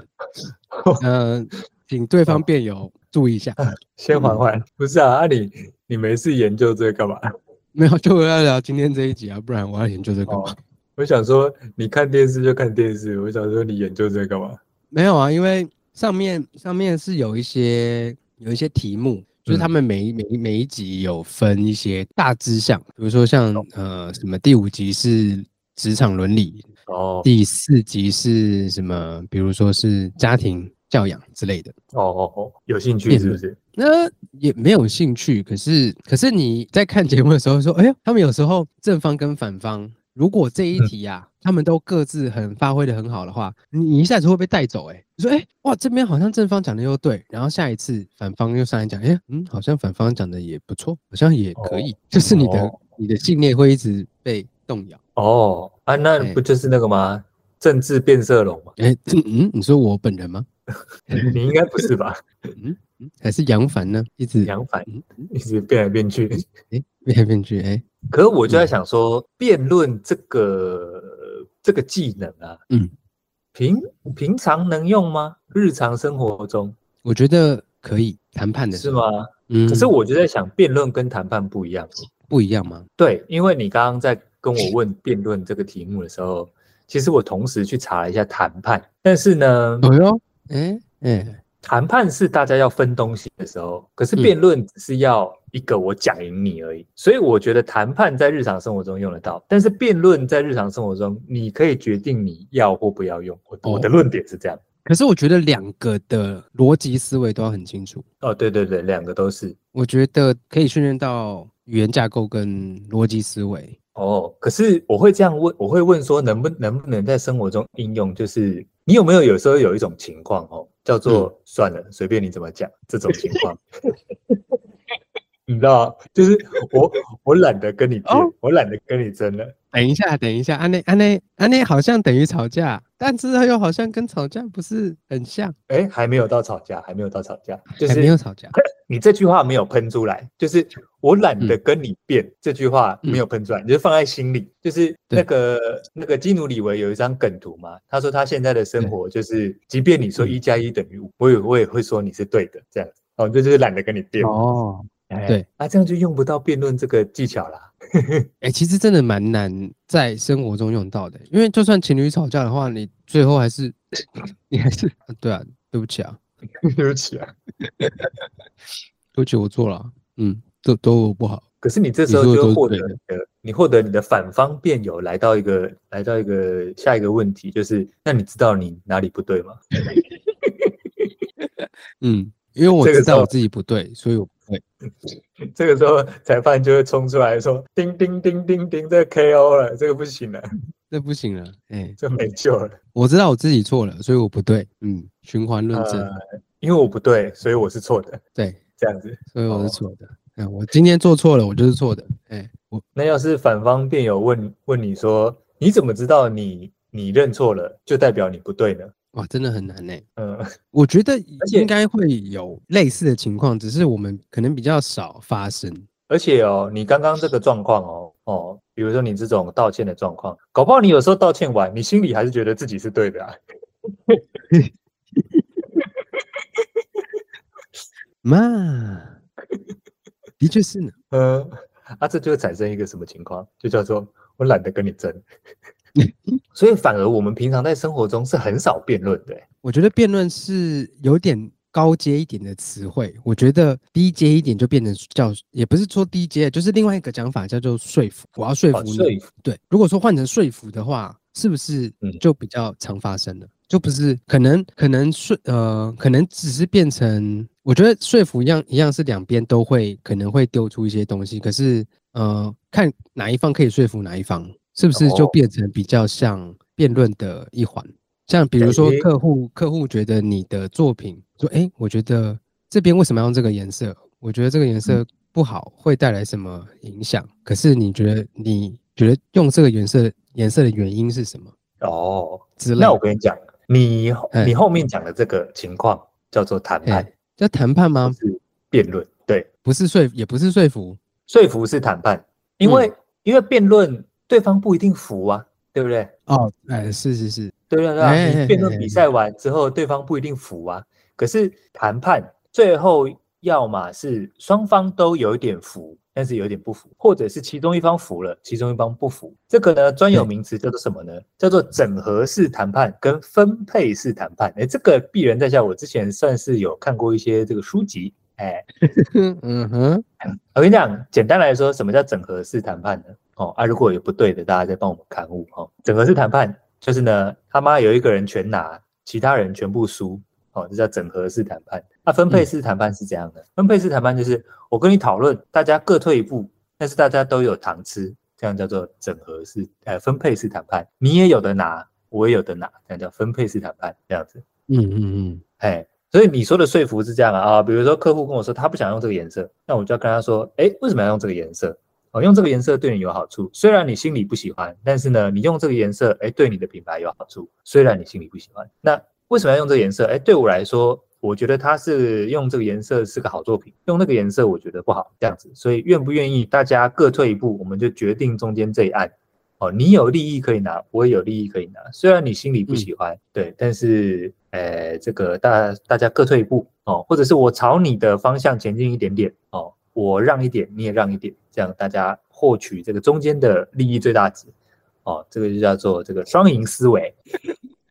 S2: 嗯、请对方辩友注意一下。
S1: 先缓缓。不是啊，啊你你没事研究这个干嘛？
S2: 没有，就我要聊今天这一集啊，不然我要研究这个嘛。
S1: 哦， 我想说，你看电视就看电视，我想说你研究这个干嘛？
S2: 没有啊，因为上面上面是有一些有一些题目，就是他们每一、每一每一集有分一些大支项，比如说像呃什么第五集是职场伦理，
S1: 哦
S2: 第四集是什么，比如说是家庭教养之类的。
S1: 哦哦哦，有兴趣是不是？
S2: 那也没有兴趣，可是可是你在看节目的时候说，哎 呀，他们有时候正方跟反方，如果这一题
S1: 嗯
S2: 啊，他们都各自很发挥的很好的话，你你一下子会被带走、诶哎，你说，哎，哇，这边好像正方讲的又对，然后下一次反方又上来讲，哎，嗯，好像反方讲的也不错，好像也可以，就是你的、
S1: 哦
S2: 你的信念会一直被动摇。
S1: 哦啊，那
S2: 哎
S1: 不就是那个吗？政治变色龙吗？
S2: 哎，嗯，你说我本人吗？
S1: 你应该不是吧？
S2: 嗯，嗯还是杨凡呢？一直
S1: 杨凡
S2: 嗯嗯
S1: 一直 变来变去。嗯
S2: 哎变来变去，哎，
S1: 可是我就在想说，辩论这个这个技能啊，
S2: 嗯，
S1: 平平常能用吗？日常生活中
S2: 我觉得可以谈判的时
S1: 是
S2: 候？
S1: 吗？
S2: 嗯，
S1: 可是我就在想，辩论跟谈判不一样。
S2: 不一样吗？
S1: 对，因为你刚刚在跟我问辩论这个题目的时候，其实我同时去查了一下谈判，但是呢，
S2: 哦哟，哎哎，
S1: 谈判是大家要分东西的时候，可是
S2: 嗯
S1: 辩论只是要一个我讲赢你而已。所以我觉得谈判在日常生活中用得到，但是辩论在日常生活中，你可以决定你要或不要用。我我的
S2: 哦
S1: 论点是这样。
S2: 可是我觉得两个的逻辑思维都要很清楚。
S1: 哦，对对对，两个都是。
S2: 我觉得可以训练到语言架构跟逻辑思维。
S1: 哦，可是我会这样问，我会问说能不能不能在生活中应用？就是你有没有有时候有一种情况哦，叫
S2: 嗯
S1: 做算了，随便你怎么讲这种情况， 你知道吗？就是我我懒得跟你辩，
S2: 哦
S1: 我懒得跟你争了。
S2: 等一下，等一下，安啊内安内安内好像等于吵架，但是又好像跟吵架不是很像，
S1: 哎，还没有到吵架，还没有到吵架，就
S2: 还没有
S1: 是
S2: 吵架。
S1: 你这句话没有喷出来，就是我懒得
S2: 嗯
S1: 跟你辩、这句话没有喷出来，你就放在心里。就是那
S2: 对
S1: 个那个基努里维有一张梗图嘛，他说他现在的生活就是，即便你说
S2: 嗯
S1: 一加一等于五，我也我也会说你是对的这样子。哦，这就是懒得跟你辩。
S2: 哦，
S1: 哎
S2: 对，
S1: 啊，这样就用不到辩论这个技巧 啦。
S2: 哎、其实真的蛮难在生活中用到的，因为就算情侣吵架的话，你最后 还是你还是对啊，对不起啊，
S1: 对不起啊。
S2: 对不起，我错了啊，嗯，都都我不好。
S1: 可是你这
S2: 你
S1: 时候
S2: 说
S1: 就
S2: 的都是
S1: 获得
S2: 对
S1: 你的，你获得你的反方辩友来到一个来到一个下一个问题，就是那你知道你哪里不对吗？
S2: 嗯，因为我
S1: 这个
S2: 知
S1: 时
S2: 道
S1: 候
S2: 我自己不对，所以我不会。
S1: 这个时候裁判就会冲出来说：“叮叮叮叮叮，这个 KO 了，这个不行了，
S2: 这不行了，哎、
S1: 这没救了。
S2: 我知道我自己错了，所以我不对。嗯，循环论证，
S1: 呃，因为我不对，所以我是错的。
S2: 对，”
S1: 这样子。
S2: 所以我
S1: 哦
S2: 是错的。嗯、我今天做错了，我就是错的。哎、我
S1: 那要是反方辩友问问你说：“你怎么知道你你认错了，就代表你不对呢
S2: 哇，真的很难哎、？”
S1: 嗯，
S2: 我觉得
S1: 且
S2: 应该会有类似的情况，只是我们可能比较少发生。
S1: 而且哦，你刚刚这个状况哦哦，比如说你这种道歉的状况，搞不好你有时候道歉完，你心里还是觉得自己是对的啊。
S2: 嘛，的确是呢。
S1: 嗯，啊，这就会产生一个什么情况？就叫做我懒得跟你争。 所以反而我们平常在生活中是很少辩论的欸、
S2: 我觉得辩论是有点高阶一点的词汇，我觉得低阶一点就变成叫，也不是说低阶，就是另外一个讲法叫做说服。我要说
S1: 哦
S2: 服你，
S1: 说服
S2: 对，如果说换成说服的话，是不是
S1: 嗯
S2: 就比较常发生了？就不是可能可能说呃，可能只是变成，我觉得说服一样一样是两边都会可能会丢出一些东西，可是呃，看哪一方可以说服哪一方，是不是就
S1: 哦
S2: 变成比较像辩论的一环？像比如说
S1: 对
S2: 客户客户觉得你的作品，说哎，诶我觉得这边为什么要用这个颜色？我觉得这个颜
S1: 嗯
S2: 色不好，会带来什么影响？可是你觉得你觉得用这个颜色颜色的原因是什么
S1: 哦，
S2: 之类
S1: 那我
S2: 的？
S1: 跟你讲，你后
S2: 哎
S1: 你后面讲的这个情况叫做谈判，
S2: 哎叫谈判
S1: 不
S2: 吗？
S1: 是辩论。对，
S2: 不是说，也不是说服。
S1: 说服是谈判，因为、
S2: 嗯
S1: 因为辩论对方不一定服啊，对不对？
S2: 哦，哎，是是是，
S1: 对啊，对啊，
S2: 哎哎
S1: 你
S2: 哎
S1: 辩论
S2: 哎
S1: 比赛完之后，对方不一定服啊。可是谈判最后要么是双方都有一点服，但是有一点不服，或者是其中一方服了，其中一方不服。这个呢，专有
S2: 对
S1: 名词叫做什么呢？叫做整合式谈判跟分配式谈判。哎，这个鄙人在下，我之前算是有看过一些这个书籍。哎，
S2: 嗯哼，
S1: 呃我跟你讲，简单来说，什么叫整合式谈判呢？哦啊，如果有不对的，大家再帮我们刊物哦。整合式谈判就是呢，他妈有一个人全拿，其他人全部输，哦，这叫整合式谈判。那分配式谈判是怎样的？分配式谈判就是我跟你讨论，大家各退一步，但是大家都有糖吃，这样叫做整合式呃分配式谈判。你也有的拿，我也有的拿，这样叫分配式谈判，这样子。
S2: 嗯嗯嗯，
S1: 哎，所以你说的说服是这样啊啊，比如说客户跟我说他不想用这个颜色，那我就要跟他说，哎，为什么要用这个颜色？哦，用这个颜色对你有好处，虽然你心里不喜欢，但是呢，你用这个颜色，哎，对你的品牌有好处，虽然你心里不喜欢。那为什么要用这个颜色？哎，对我来说，我觉得它是用这个颜色是个好作品，用那个颜色我觉得不好，这样子。所以愿不愿意大家各退一步，我们就决定中间这一案。哦，你有利益可以拿，我也有利益可以拿。虽然你心里不喜欢，对，但是，呃，这个大大家各退一步哦，或者是我朝你的方向前进一点点哦，我让一点，你也让一点，这样大家获取这个中间的利益最大值。哦，这个就叫做这个双赢思维。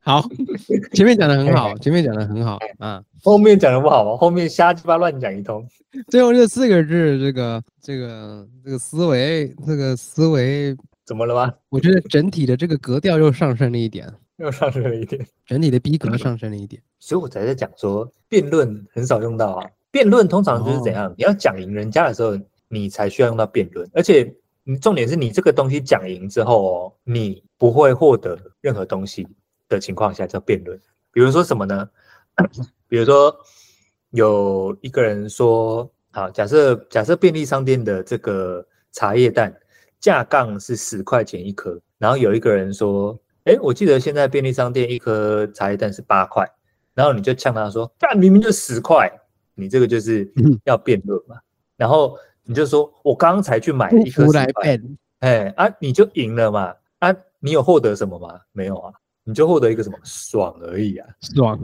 S2: 好， 前面讲的很好，前面讲的很好啊。
S1: 后面讲的不好吗？后面瞎鸡巴乱讲一通。
S2: 最后这四个字，这个这个这个思维，这个思维，
S1: 怎么了吗？
S2: 我觉得整体的这个格调又上升了一点，
S1: 又上升了一点，
S2: 整体的逼格上升了一点。
S1: 所以我才在讲说辩论很少用到啊。辩论通常就是怎样，你要讲赢人家的时候，你才需要用到辩论，而且你重点是你这个东西讲赢之后哦，你不会获得任何东西的情况下叫辩论。比如说什么呢？ 比如说有一个人说，好，假设假设便利商店的这个茶叶蛋价杠是十块钱一颗，然后有一个人说，哎，我记得现在便利商店一颗茶叶蛋是八块，然后你就呛他说，干明明就十块，你这个就是
S2: 嗯
S1: 要辩论嘛，然后你就说我刚刚才去买了
S2: 不
S1: 一颗
S2: 服来
S1: 10块
S2: 辩，
S1: 哎啊，你就赢了嘛？啊，你有获得什么吗？没有啊，你就获得一个什么爽而已啊，
S2: 爽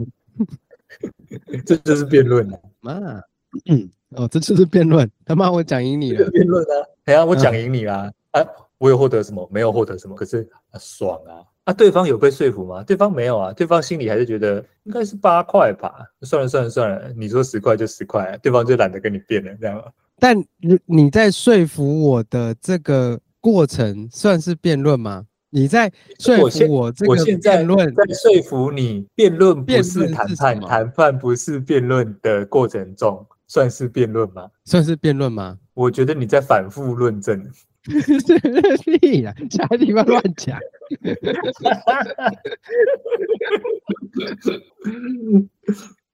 S1: 这就是辩论啊，
S2: 嘛！嗯，哦，这就是辩论，他妈我讲赢你
S1: 这就
S2: 了
S1: 是，辩论啊。 哎呀，我
S2: 嗯
S1: 讲赢你啦、啊，我有获得什么？没有获得什么，可是、啊、爽啊。啊，对方有被说服吗？对方没有啊，对方心里还是觉得应该是八块吧。算了算了算了，你说十块就十块，啊对方就懒得跟你辩了，这样吗
S2: 但你你在说服我的这个过程算是辩论吗？你在说
S1: 我
S2: 服
S1: 现
S2: 我这
S1: 我
S2: 个
S1: 现在
S2: 辩论，
S1: 在说服你，辩论不
S2: 辩
S1: 是
S2: 论
S1: 谈
S2: 是什
S1: 判，
S2: 么
S1: 谈判不是辩论的过程中算是辩论吗？
S2: 算是辩论吗？
S1: 我觉得你在反复论证。
S2: 屁呀，瞎地方乱讲。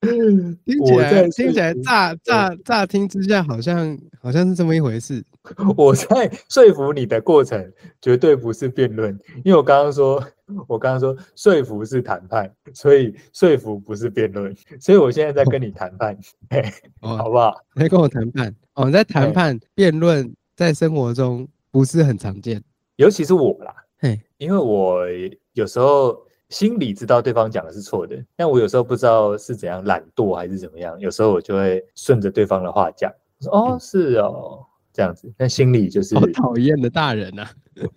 S2: 听起
S1: 我在
S2: 来听起来
S1: 说服
S2: 乍乍乍听之下，好像好像是这么一回事。
S1: 我在说服你的过程绝对不是辩论，因为我刚刚说，我刚刚说说服是谈判，所以说服不是辩论，所以我现在在跟你谈判，好
S2: 哦，
S1: 不好？
S2: 来跟我谈判。哦，在
S1: 哎
S2: 谈判辩论，在生活中不是很常见。
S1: 尤其是我啦
S2: 嘿，
S1: 因为我有时候心里知道对方讲的是错的，但我有时候不知道是怎样懒惰还是怎么样，有时候我就会顺着对方的话讲，我说哦是哦这样子，但心里就是
S2: 好讨厌的大人啊呐、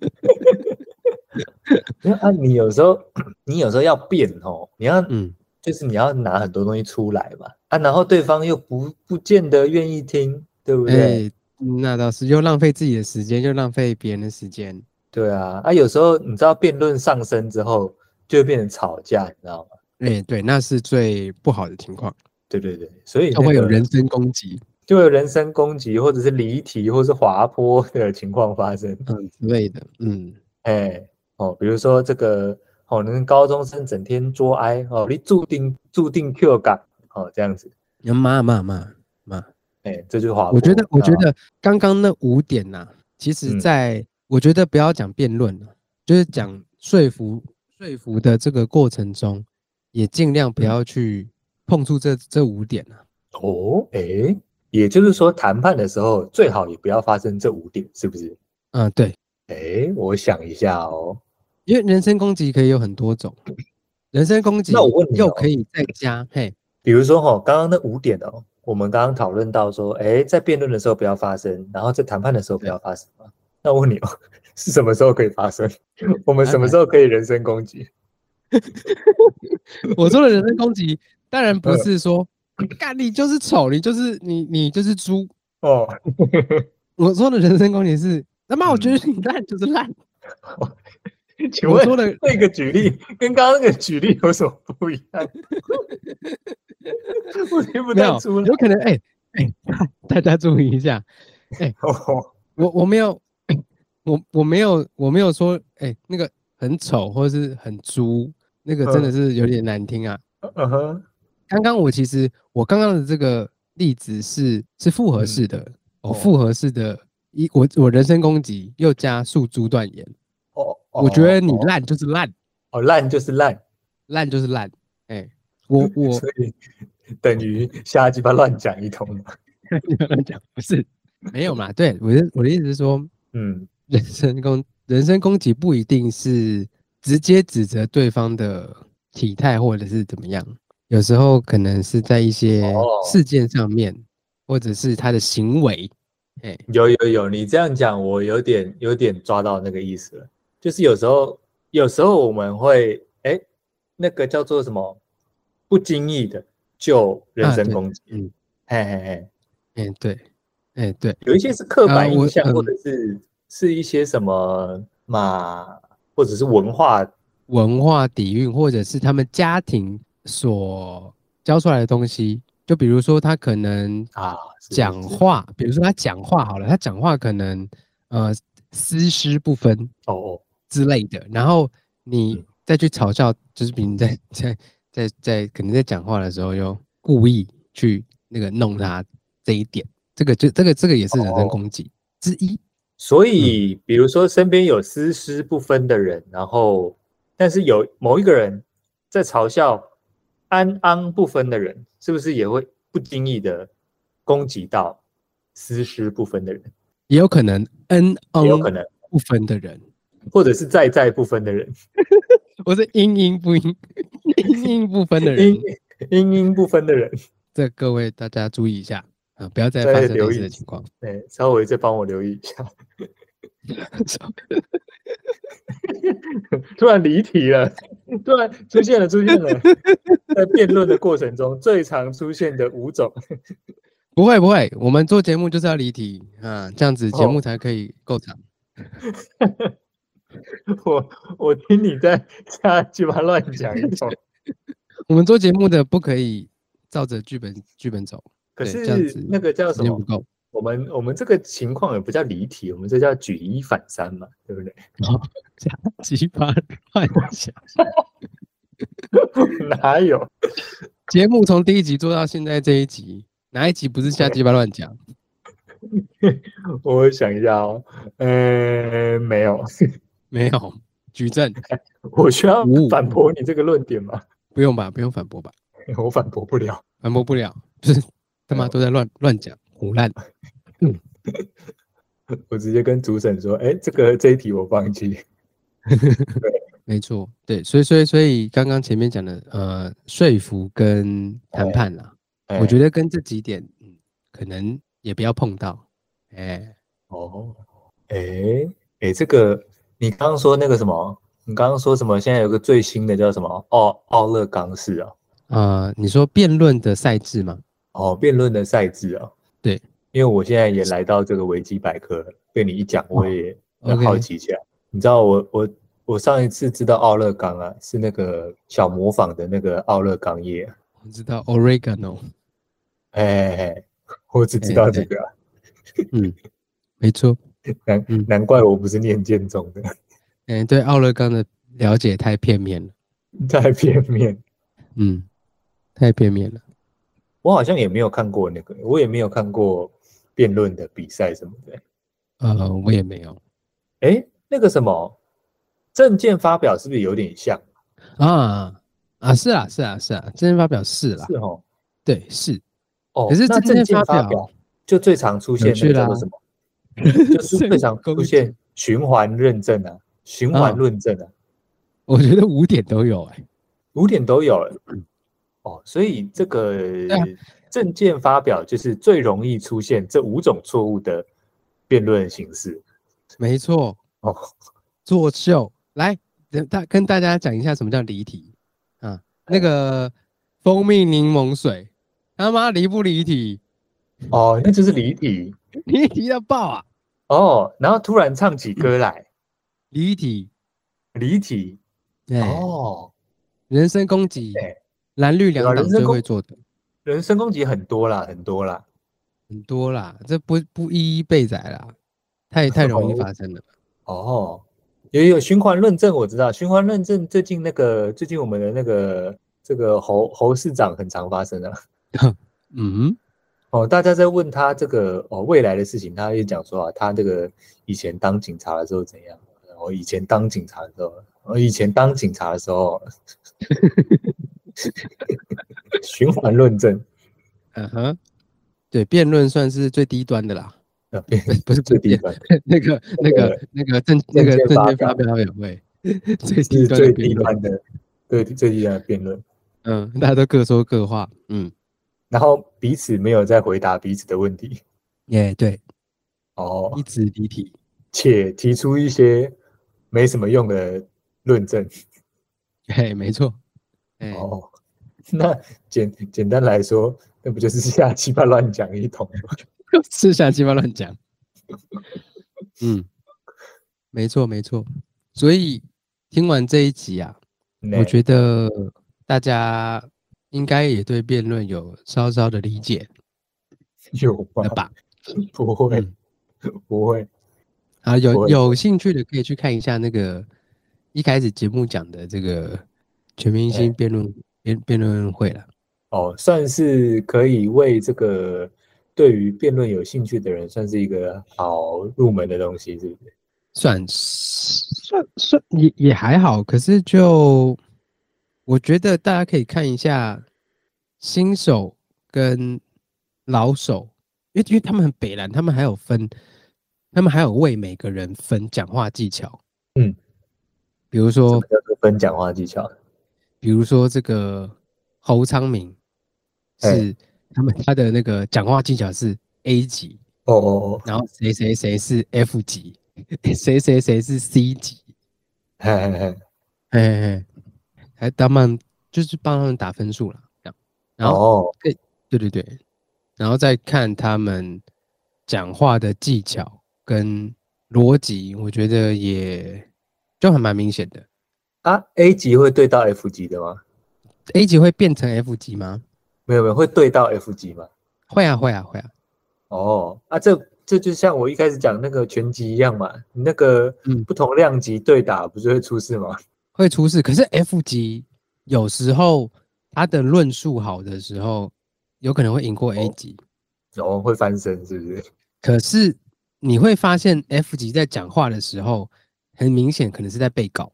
S1: 因为啊，你有时候 你有时候要变哦，你要
S2: 嗯，
S1: 就是你要拿很多东西出来嘛，啊，然后对方又不不见得愿意听，对不
S2: 哎、
S1: 对？
S2: 那倒是，又浪费自己的时间，又浪费别人的时间。
S1: 对啊，啊，有时候你知道辩论上升之后，就会变成吵架，你知道吗？
S2: 哎、对，那是最不好的情况，
S1: 对对对，所以、
S2: 就会有人，身攻击，
S1: 就会有人身攻击，或者是离题，或者是滑坡的情况发生。
S2: 嗯之类的。嗯，
S1: 哎，哦，比如说这个哦，你们高中生整天作哀哦，你注定注定 Q 感哦，这样子。
S2: 要骂骂骂。
S1: 哎、这就是滑坡。
S2: 我觉得，我觉
S1: 啊
S2: 得刚刚那五点呐、其实
S1: 嗯
S2: 在、我觉得不要讲辩论了，就是讲说服说服的这个过程中，也尽量不
S1: 嗯
S2: 要去碰触这这五点啊。
S1: 哦，哎、也就是说，谈判的时候最好也不要发生这五点，是不是？
S2: 嗯，对，
S1: 哎、我想一下哦，
S2: 因为人身攻击可以有很多种，人身攻击
S1: 那我问你
S2: 又
S1: 哦
S2: 可以再加 嘿，
S1: 比如说哦，刚刚那五点哦，我们刚刚讨论到说，哎、在辩论的时候不要发生，然后在谈判的时候不要发生嘛。那我问你哦，是什么时候可以发生？我们什么时候可以人身攻击？
S2: 我说的人身攻击当然不
S1: 嗯
S2: 是说干你就是丑，你就是你你就是猪。
S1: 哦，
S2: 我说的人身攻击是他妈，我觉
S1: 嗯
S2: 得你烂就是烂。
S1: 请
S2: 我
S1: 问
S2: 说的
S1: 这个举例跟刚刚那个举例有什么不一样？ 我听不
S2: 没
S1: 太
S2: 有
S1: 出，来
S2: 有。可能哎哎、大家注意一下，
S1: 哦，
S2: 我我没有， 我我没有我没有说哎、那个很丑或者是很猪，那个真的
S1: 嗯
S2: 是有点难听啊。
S1: 嗯哼，
S2: 刚刚我其实我刚刚的这个例子是是复合
S1: 嗯
S2: 式的，哦，
S1: 哦
S2: 复合式的，一我我人身攻击又加诉诸断言，
S1: 哦，
S2: 我觉得你
S1: 哦
S2: 烂就是烂，
S1: 哦，烂就是烂，
S2: 烂就是烂，哎、 我我
S1: 所以等于瞎鸡巴乱讲一通。
S2: 讲不是没有嘛？对我的我的意思是说，
S1: 嗯，
S2: 人身攻 人身攻击不一定是直接指责对方的体态或者是怎么样，有时候可能是在一些
S1: 哦
S2: 事件上面，或者是他的行为。哎、
S1: 有有有，你这样讲，我有点有点抓到那个意思了。就是有时候，有时候我们会，哎，那个叫做什么，不经意的就人
S2: 啊
S1: 身
S2: 对
S1: 攻击。
S2: 嗯，
S1: 嘿嘿嘿，
S2: 哎、对，哎、对，
S1: 有一些是刻
S2: 啊
S1: 板
S2: 我
S1: 印象，或
S2: 嗯
S1: 者是是一些什么嘛，或者是文化。
S2: 文化底蕴或者是他们家庭所教出来的东西，就比如说他可能
S1: 啊是
S2: 讲
S1: 是
S2: 话，比如说他讲话好了，他讲话可能呃丝丝不分，
S1: 哦哦，
S2: 之类的，然后你
S1: 嗯
S2: 再去嘲笑，就是比如在 在在在可能在讲话的时候又故意去那个弄他这一点，这个就这个这个也是人身
S1: 哦
S2: 攻击之一。
S1: 所以，比如说身边有私私不分的人，然后但是有某一个人在嘲笑安安不分的人，是不是也会不经意的攻击到私私不分的人？
S2: 也有可能 n
S1: 也有可
S2: n
S1: 能，
S2: 不分的人，
S1: 或者是在在不分的人，
S2: 我是阴阴不阴阴阴不分的人
S1: 英，英英不分的人，
S2: 这各位大家注意一下啊，不要再
S1: 再
S2: 发生类
S1: 留
S2: 似
S1: 意
S2: 的情况。
S1: 哎，稍微再帮我留意一下。 突然离题了， 突然出现了，出现了。在辩论的过程中，最常出现的五种，
S2: 不会不会，我们做节目就是要离题啊，这样子节
S1: 哦
S2: 目才可以够长。
S1: 我我听你在瞎 鸡巴乱讲一 通。
S2: 我们做节目的不可以照着剧本剧本走，
S1: 可
S2: 对这样
S1: 是
S2: 子
S1: 那个叫
S2: 时
S1: 什
S2: 间
S1: 么
S2: 不？够。
S1: 我们我们这个情况也不叫离题，我们这叫举一反三嘛，对 不对？
S2: 鸡巴乱讲。
S1: 哪有？
S2: 节目从第一集做到现在这一集，哪一集不是瞎鸡巴乱讲？
S1: 我想一下哦，呃，没有。
S2: 没有，举证
S1: 我需要
S2: 五五
S1: 反驳你这个论点吗？
S2: 不用吧，不用反驳吧，
S1: 我反驳不了。
S2: 反驳不了，就是他
S1: 没
S2: 妈
S1: 有
S2: 都在乱乱讲，胡 乱。
S1: 我直接跟主审说，哎，这个这一题我放弃。
S2: 没错，对，所以所以所以刚刚前面讲的呃，说服跟谈
S1: 哎
S2: 判啦，我觉
S1: 得
S2: 得跟这几点，嗯，可能也不要碰到。哎，
S1: 哦，哎哎，这个你刚刚说那个什么？你刚刚说什么？现在有个最新的叫什么？奥奥勒冈市啊？
S2: 呃，你说辩论的赛制吗？
S1: 哦，辩论的赛制啊。
S2: 对，
S1: 因为我现在也来到这个维基百科了，被你一讲，我也很
S2: 哦 OK
S1: 好奇起来。你知道我我我上一次知道奥勒冈啊，是那个小模仿的那个奥勒冈叶。啊
S2: 我知道 oregano，
S1: 哎哎，哎我只知
S2: 哎
S1: 道
S2: 对
S1: 这个啊、
S2: 嗯，没错，
S1: 难
S2: 嗯
S1: 难怪我不是念建中的，
S2: 嗯，对奥勒冈的了解太片面了，
S1: 太片面。
S2: 嗯，太片面了。
S1: 我好像也没有看过那个，我也没有看过辩论的比赛什么的。
S2: 呃，我也没有
S1: 哎，那个什么证件发表是不是有点像？
S2: 啊啊，是啊是啊是啊，证件发表是啦，
S1: 是哦，
S2: 对是，
S1: 哦，
S2: 可是
S1: 那
S2: 证
S1: 证
S2: 件
S1: 件
S2: 发
S1: 发
S2: 表
S1: 表就最常出现
S2: 有
S1: 那
S2: 趣
S1: 个叫做
S2: 啦
S1: 什么？嗯就是最常
S2: 公
S1: 出现循环认证啊，循环
S2: 嗯
S1: 论证啊，
S2: 我觉得五点都有哎、
S1: 五点都有了。哦，所以这个
S2: 啊
S1: 证件发表就是最容易出现这五种错误的辩论形式。
S2: 没错
S1: 哦，
S2: 作秀来，跟大跟大家讲一下什么叫离题啊？那个蜂蜜柠檬水，他妈离不离题？
S1: 哦，那就是离题
S2: 离题到爆啊！
S1: 哦，然后突然唱起歌来，
S2: 离题，
S1: 离题
S2: 哎、
S1: 哦，
S2: 人身攻击
S1: 对，
S2: 蓝绿
S1: 对啊
S2: 两
S1: 人
S2: 党
S1: 身
S2: 最
S1: 攻
S2: 会做的
S1: 人身攻击很多啦，很多啦。
S2: 很多啦，这不不一一备载啦，太太容易
S1: 哦
S2: 发生了。
S1: 哦，也有循环论证，我知道循环论证最近那个最近我们的那个这个侯侯市长很常发生啊。
S2: 嗯，
S1: 哦，大家在问他这个哦未来的事情，他就讲说啊，他这个以前当警察的时候怎样，然后以前当警察的时候，我以前当警察的时候， 循环论证，
S2: 嗯哼，对，辩论算是最低端的啦，
S1: 呃变
S2: 不是不是
S1: 最低
S2: 辩
S1: 端，
S2: 那个那个那个证那
S1: 证
S2: 个
S1: 件
S2: 证
S1: 发
S2: 件发
S1: 表
S2: 表委会 最低
S1: 是
S2: 端的
S1: 最
S2: 辩
S1: 低
S2: 论，
S1: 端的，对最低端的辩论，
S2: 嗯，大家都各说各话，嗯，
S1: 然后彼此没有在回答彼此的问题，
S2: 也哎对，
S1: 哦，
S2: 一直离题，
S1: 且提出一些没什么用的论证，
S2: 嘿，没错，哎，
S1: 哦，那简简单来说，那不就是瞎鸡巴乱讲一通吗？
S2: 是瞎鸡巴乱讲， 嗯，没错没错，所以听完这一集啊，我
S1: 得
S2: 觉得大家应该也对辩论有稍稍的理解
S1: 有吧
S2: 了？吧？
S1: 不会，
S2: 嗯
S1: 不会。
S2: 啊，
S1: 不
S2: 有
S1: 会
S2: 有兴趣的可以去看一下那个一开始节目讲的这个全明星辩论辩辩论会了。
S1: 哦，算是可以为这个对于辩论有兴趣的人，算是一个好入门的东西，是不是？
S2: 算算算也也还好，可是就我觉得大家可以看一下新手跟老手，因为因为他们很北蓝，他们还有分，他们还有为每个人分讲话技巧，
S1: 嗯，
S2: 比如
S1: 什
S2: 说
S1: 么叫做分讲话技巧？
S2: 比如说这个侯昌明
S1: 哎
S2: 是他们他的那个讲话技巧是 A 级，
S1: 哦哦哦，
S2: 然后谁谁谁是 F 级，谁谁谁是 C 级。
S1: 嘿嘿嘿，
S2: 哎哎，哎还帮忙就是帮他们打分数了，这样。然后、
S1: 哦，
S2: 对对对，然后再看他们讲话的技巧跟逻辑，我觉得也就还蛮明显的。
S1: 啊，A 级会对到 F 级的吗？
S2: A 级会变成 F 级吗？
S1: 没有没有，会对到 F 级吗？
S2: 会啊会啊会啊，
S1: 哦，啊，这这就像我一开始讲那个拳击一样嘛，你那个
S2: 嗯
S1: 不同量级对打不是会出事吗？
S2: 会出事。可是 F 级有时候他的论述好的时候，有可能会赢过 A
S1: 哦
S2: 级。
S1: 然后哦会翻身，是不是？
S2: 可是你会发现 F 级在讲话的时候，很明显可能是在被告，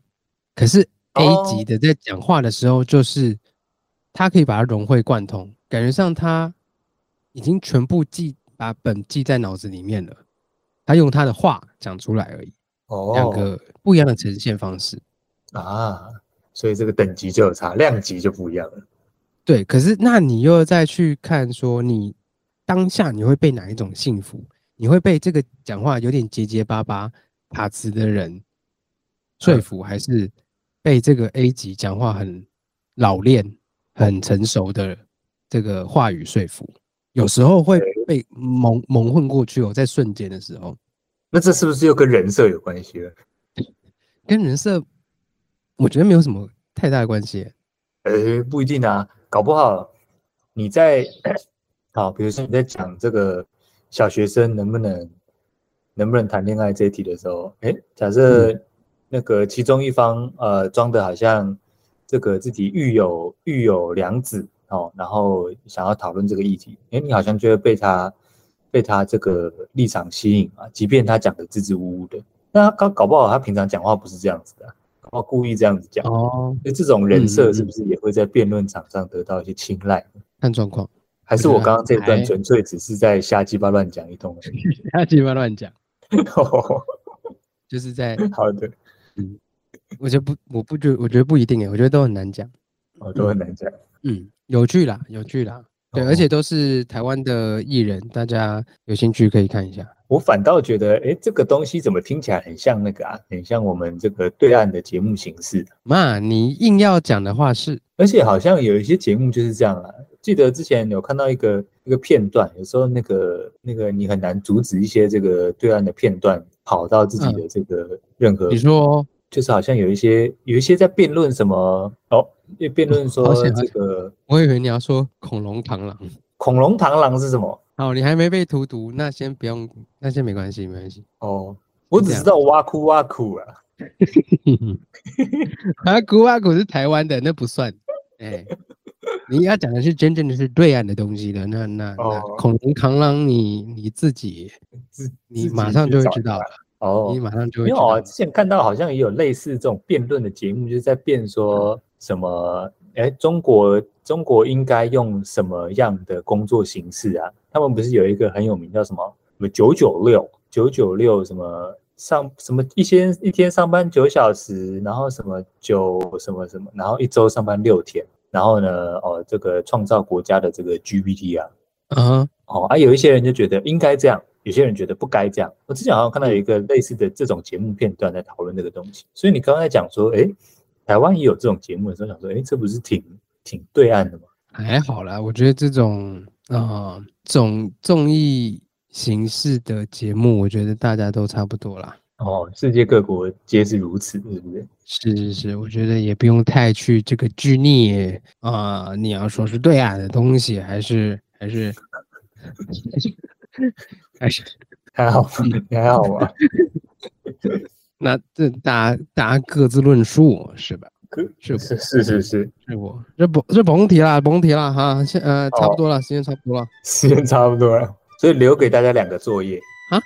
S2: 可是 A
S1: 哦
S2: 级的在讲话的时候，就是他可以把它融会贯通，感觉上他已经全部记把本记在脑子里面了，他用他的话讲出来而已，
S1: 哦，
S2: 两个不一样的呈现方式。
S1: 啊，所以这个等级就有差，量级就不一样了。
S2: 对，可是那你又再去看说你当下你会被哪一种幸福？你会被这个讲话有点结结巴巴、卡词的人说
S1: 嗯
S2: 服，还是被这个 A 级讲话很老练、很成熟的这个话语说服？有时候会被蒙蒙混过去哦，在瞬间的时候，
S1: 那这是不是又跟人设有关系了？
S2: 跟人设我觉得没有什么太大的关系耶。
S1: 呃，不一定啊，搞不好你在好，比如说你在讲这个小学生能不能能不能谈恋爱这一题的时候，哎，假设那个其中一方呃装的好像这个自己育有育有两子，哦，然后想要讨论这个议题，哎，你好像就会被他被他这个立场吸引啊，即便他讲的支支吾吾的，那他搞搞不好他平常讲话不是这样子的啊，搞不好故意这样子讲，
S2: 哦，
S1: 那这种人
S2: 嗯嗯
S1: 设
S2: 嗯
S1: 是不是也会在辩论场上得到一些青睐呢？
S2: 看状 况，
S1: 还是我
S2: 我觉得
S1: 刚刚这段
S2: 还
S1: 纯粹只是在瞎鸡巴乱讲一通而已？
S2: 不要鸡巴乱讲，就是在
S1: 好的，
S2: 我觉得不，我不觉，我觉得不一定哎，我觉得都很难讲。
S1: 我哦都很难讲。
S2: 嗯，有趣啦，有趣啦。
S1: 哦
S2: 对，而且都是台湾的艺人，大家有兴趣可以看一下。
S1: 我反倒觉得，哎，这个东西怎么听起来很像那个啊，很像我们这个对岸的节目形式，
S2: 嘛，你硬要讲的话是，
S1: 而且好像有一些节目就是这样啊。记得之前有看到一个一个片段，有时候那个那个你很难阻止一些这个对岸的片段跑到自己的这个任何，
S2: 嗯你说
S1: 就是好像有一些有一些在辩论什么哦，辩论说
S2: 好险好
S1: 这
S2: 险
S1: 个
S2: 我以为你要说恐龙螳螂。
S1: 恐龙螳螂是什么。
S2: 好，你还没被荼毒，那先不用，那先没关系，没关系。
S1: 哦，我
S2: 是
S1: 只
S2: 这
S1: 知道
S2: 样
S1: 挖哭挖哭啊，
S2: 啊，古巴古是台湾的，那不算。哎，你要讲的是真正的是对岸的东西的，那那那
S1: 哦
S2: 恐龙螳螂你，你自己
S1: 自
S2: 你
S1: 自己
S2: 马上
S1: 去
S2: 就会
S1: 找
S2: 知
S1: 一
S2: 道
S1: 下
S2: 了，
S1: 哦
S2: 你。马上就会
S1: 没
S2: 知
S1: 有
S2: 道
S1: 啊，
S2: 了。
S1: 之前看到好像也有类似这种辩论的节目，就是在辩说什么，哎，中国中国应该用什么样的工作形式啊？他们不是有一个很有名叫什么什么九九六九九六什么上什么一天一天上班九小时，然后什么九什么什么，然后一周上班六天，然后呢，哦，这个创造国家的这个 GPT 啊，
S2: 啊，
S1: 哦，啊，有一些人就觉得应该这样，有些人觉得不该这样。我之前好像看到有一个类似的这种节目片段在讨论这个东西，所以你刚才讲说，诶，台湾也有这种节目的时候，想说，诶，这不是挺挺对岸的吗？
S2: 还好啦，我觉得这种啊这种综艺形式的节目，我觉得大家都差不多啦。
S1: 哦，世界各国皆是如此，是不是？
S2: 是是是，我觉得也不用太去这个拘泥啊、你要说是对岸的东西，还是还是还是
S1: 还好，还好 吧。
S2: 那这大家大家各自论述是吧？
S1: 可
S2: 是
S1: 是是是是，
S2: 是我这甭这甭提了，甭提了哈，现呃差
S1: 哦
S2: 不多了，时间差不多了。
S1: 时间差不多了，所以留给大家两个作业，
S2: 哦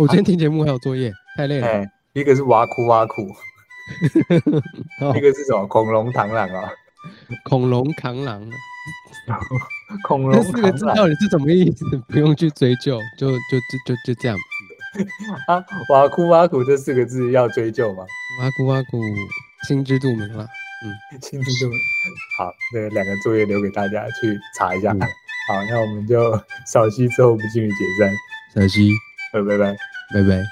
S2: 我今天听节目还有作业，太累了。
S1: 哎，一个是挖苦挖苦，
S2: 哦
S1: 一个是什么恐龙螳螂啊，
S2: 恐龙螳螂，
S1: 恐龙
S2: 这四个
S1: 螳
S2: 字
S1: 螂
S2: 到底是什么意思？不用去追究，就就就就就这样。
S1: 啊，挖苦挖苦这四个字要追究吗？
S2: 哇咕哇咕，心知肚明了。
S1: 庆祝这么好，那两个作业留给大家去查一下。
S2: 嗯
S1: 好，那我们就扫息之后不进行解散，
S2: 小西，
S1: 呃，拜拜。
S2: 拜拜。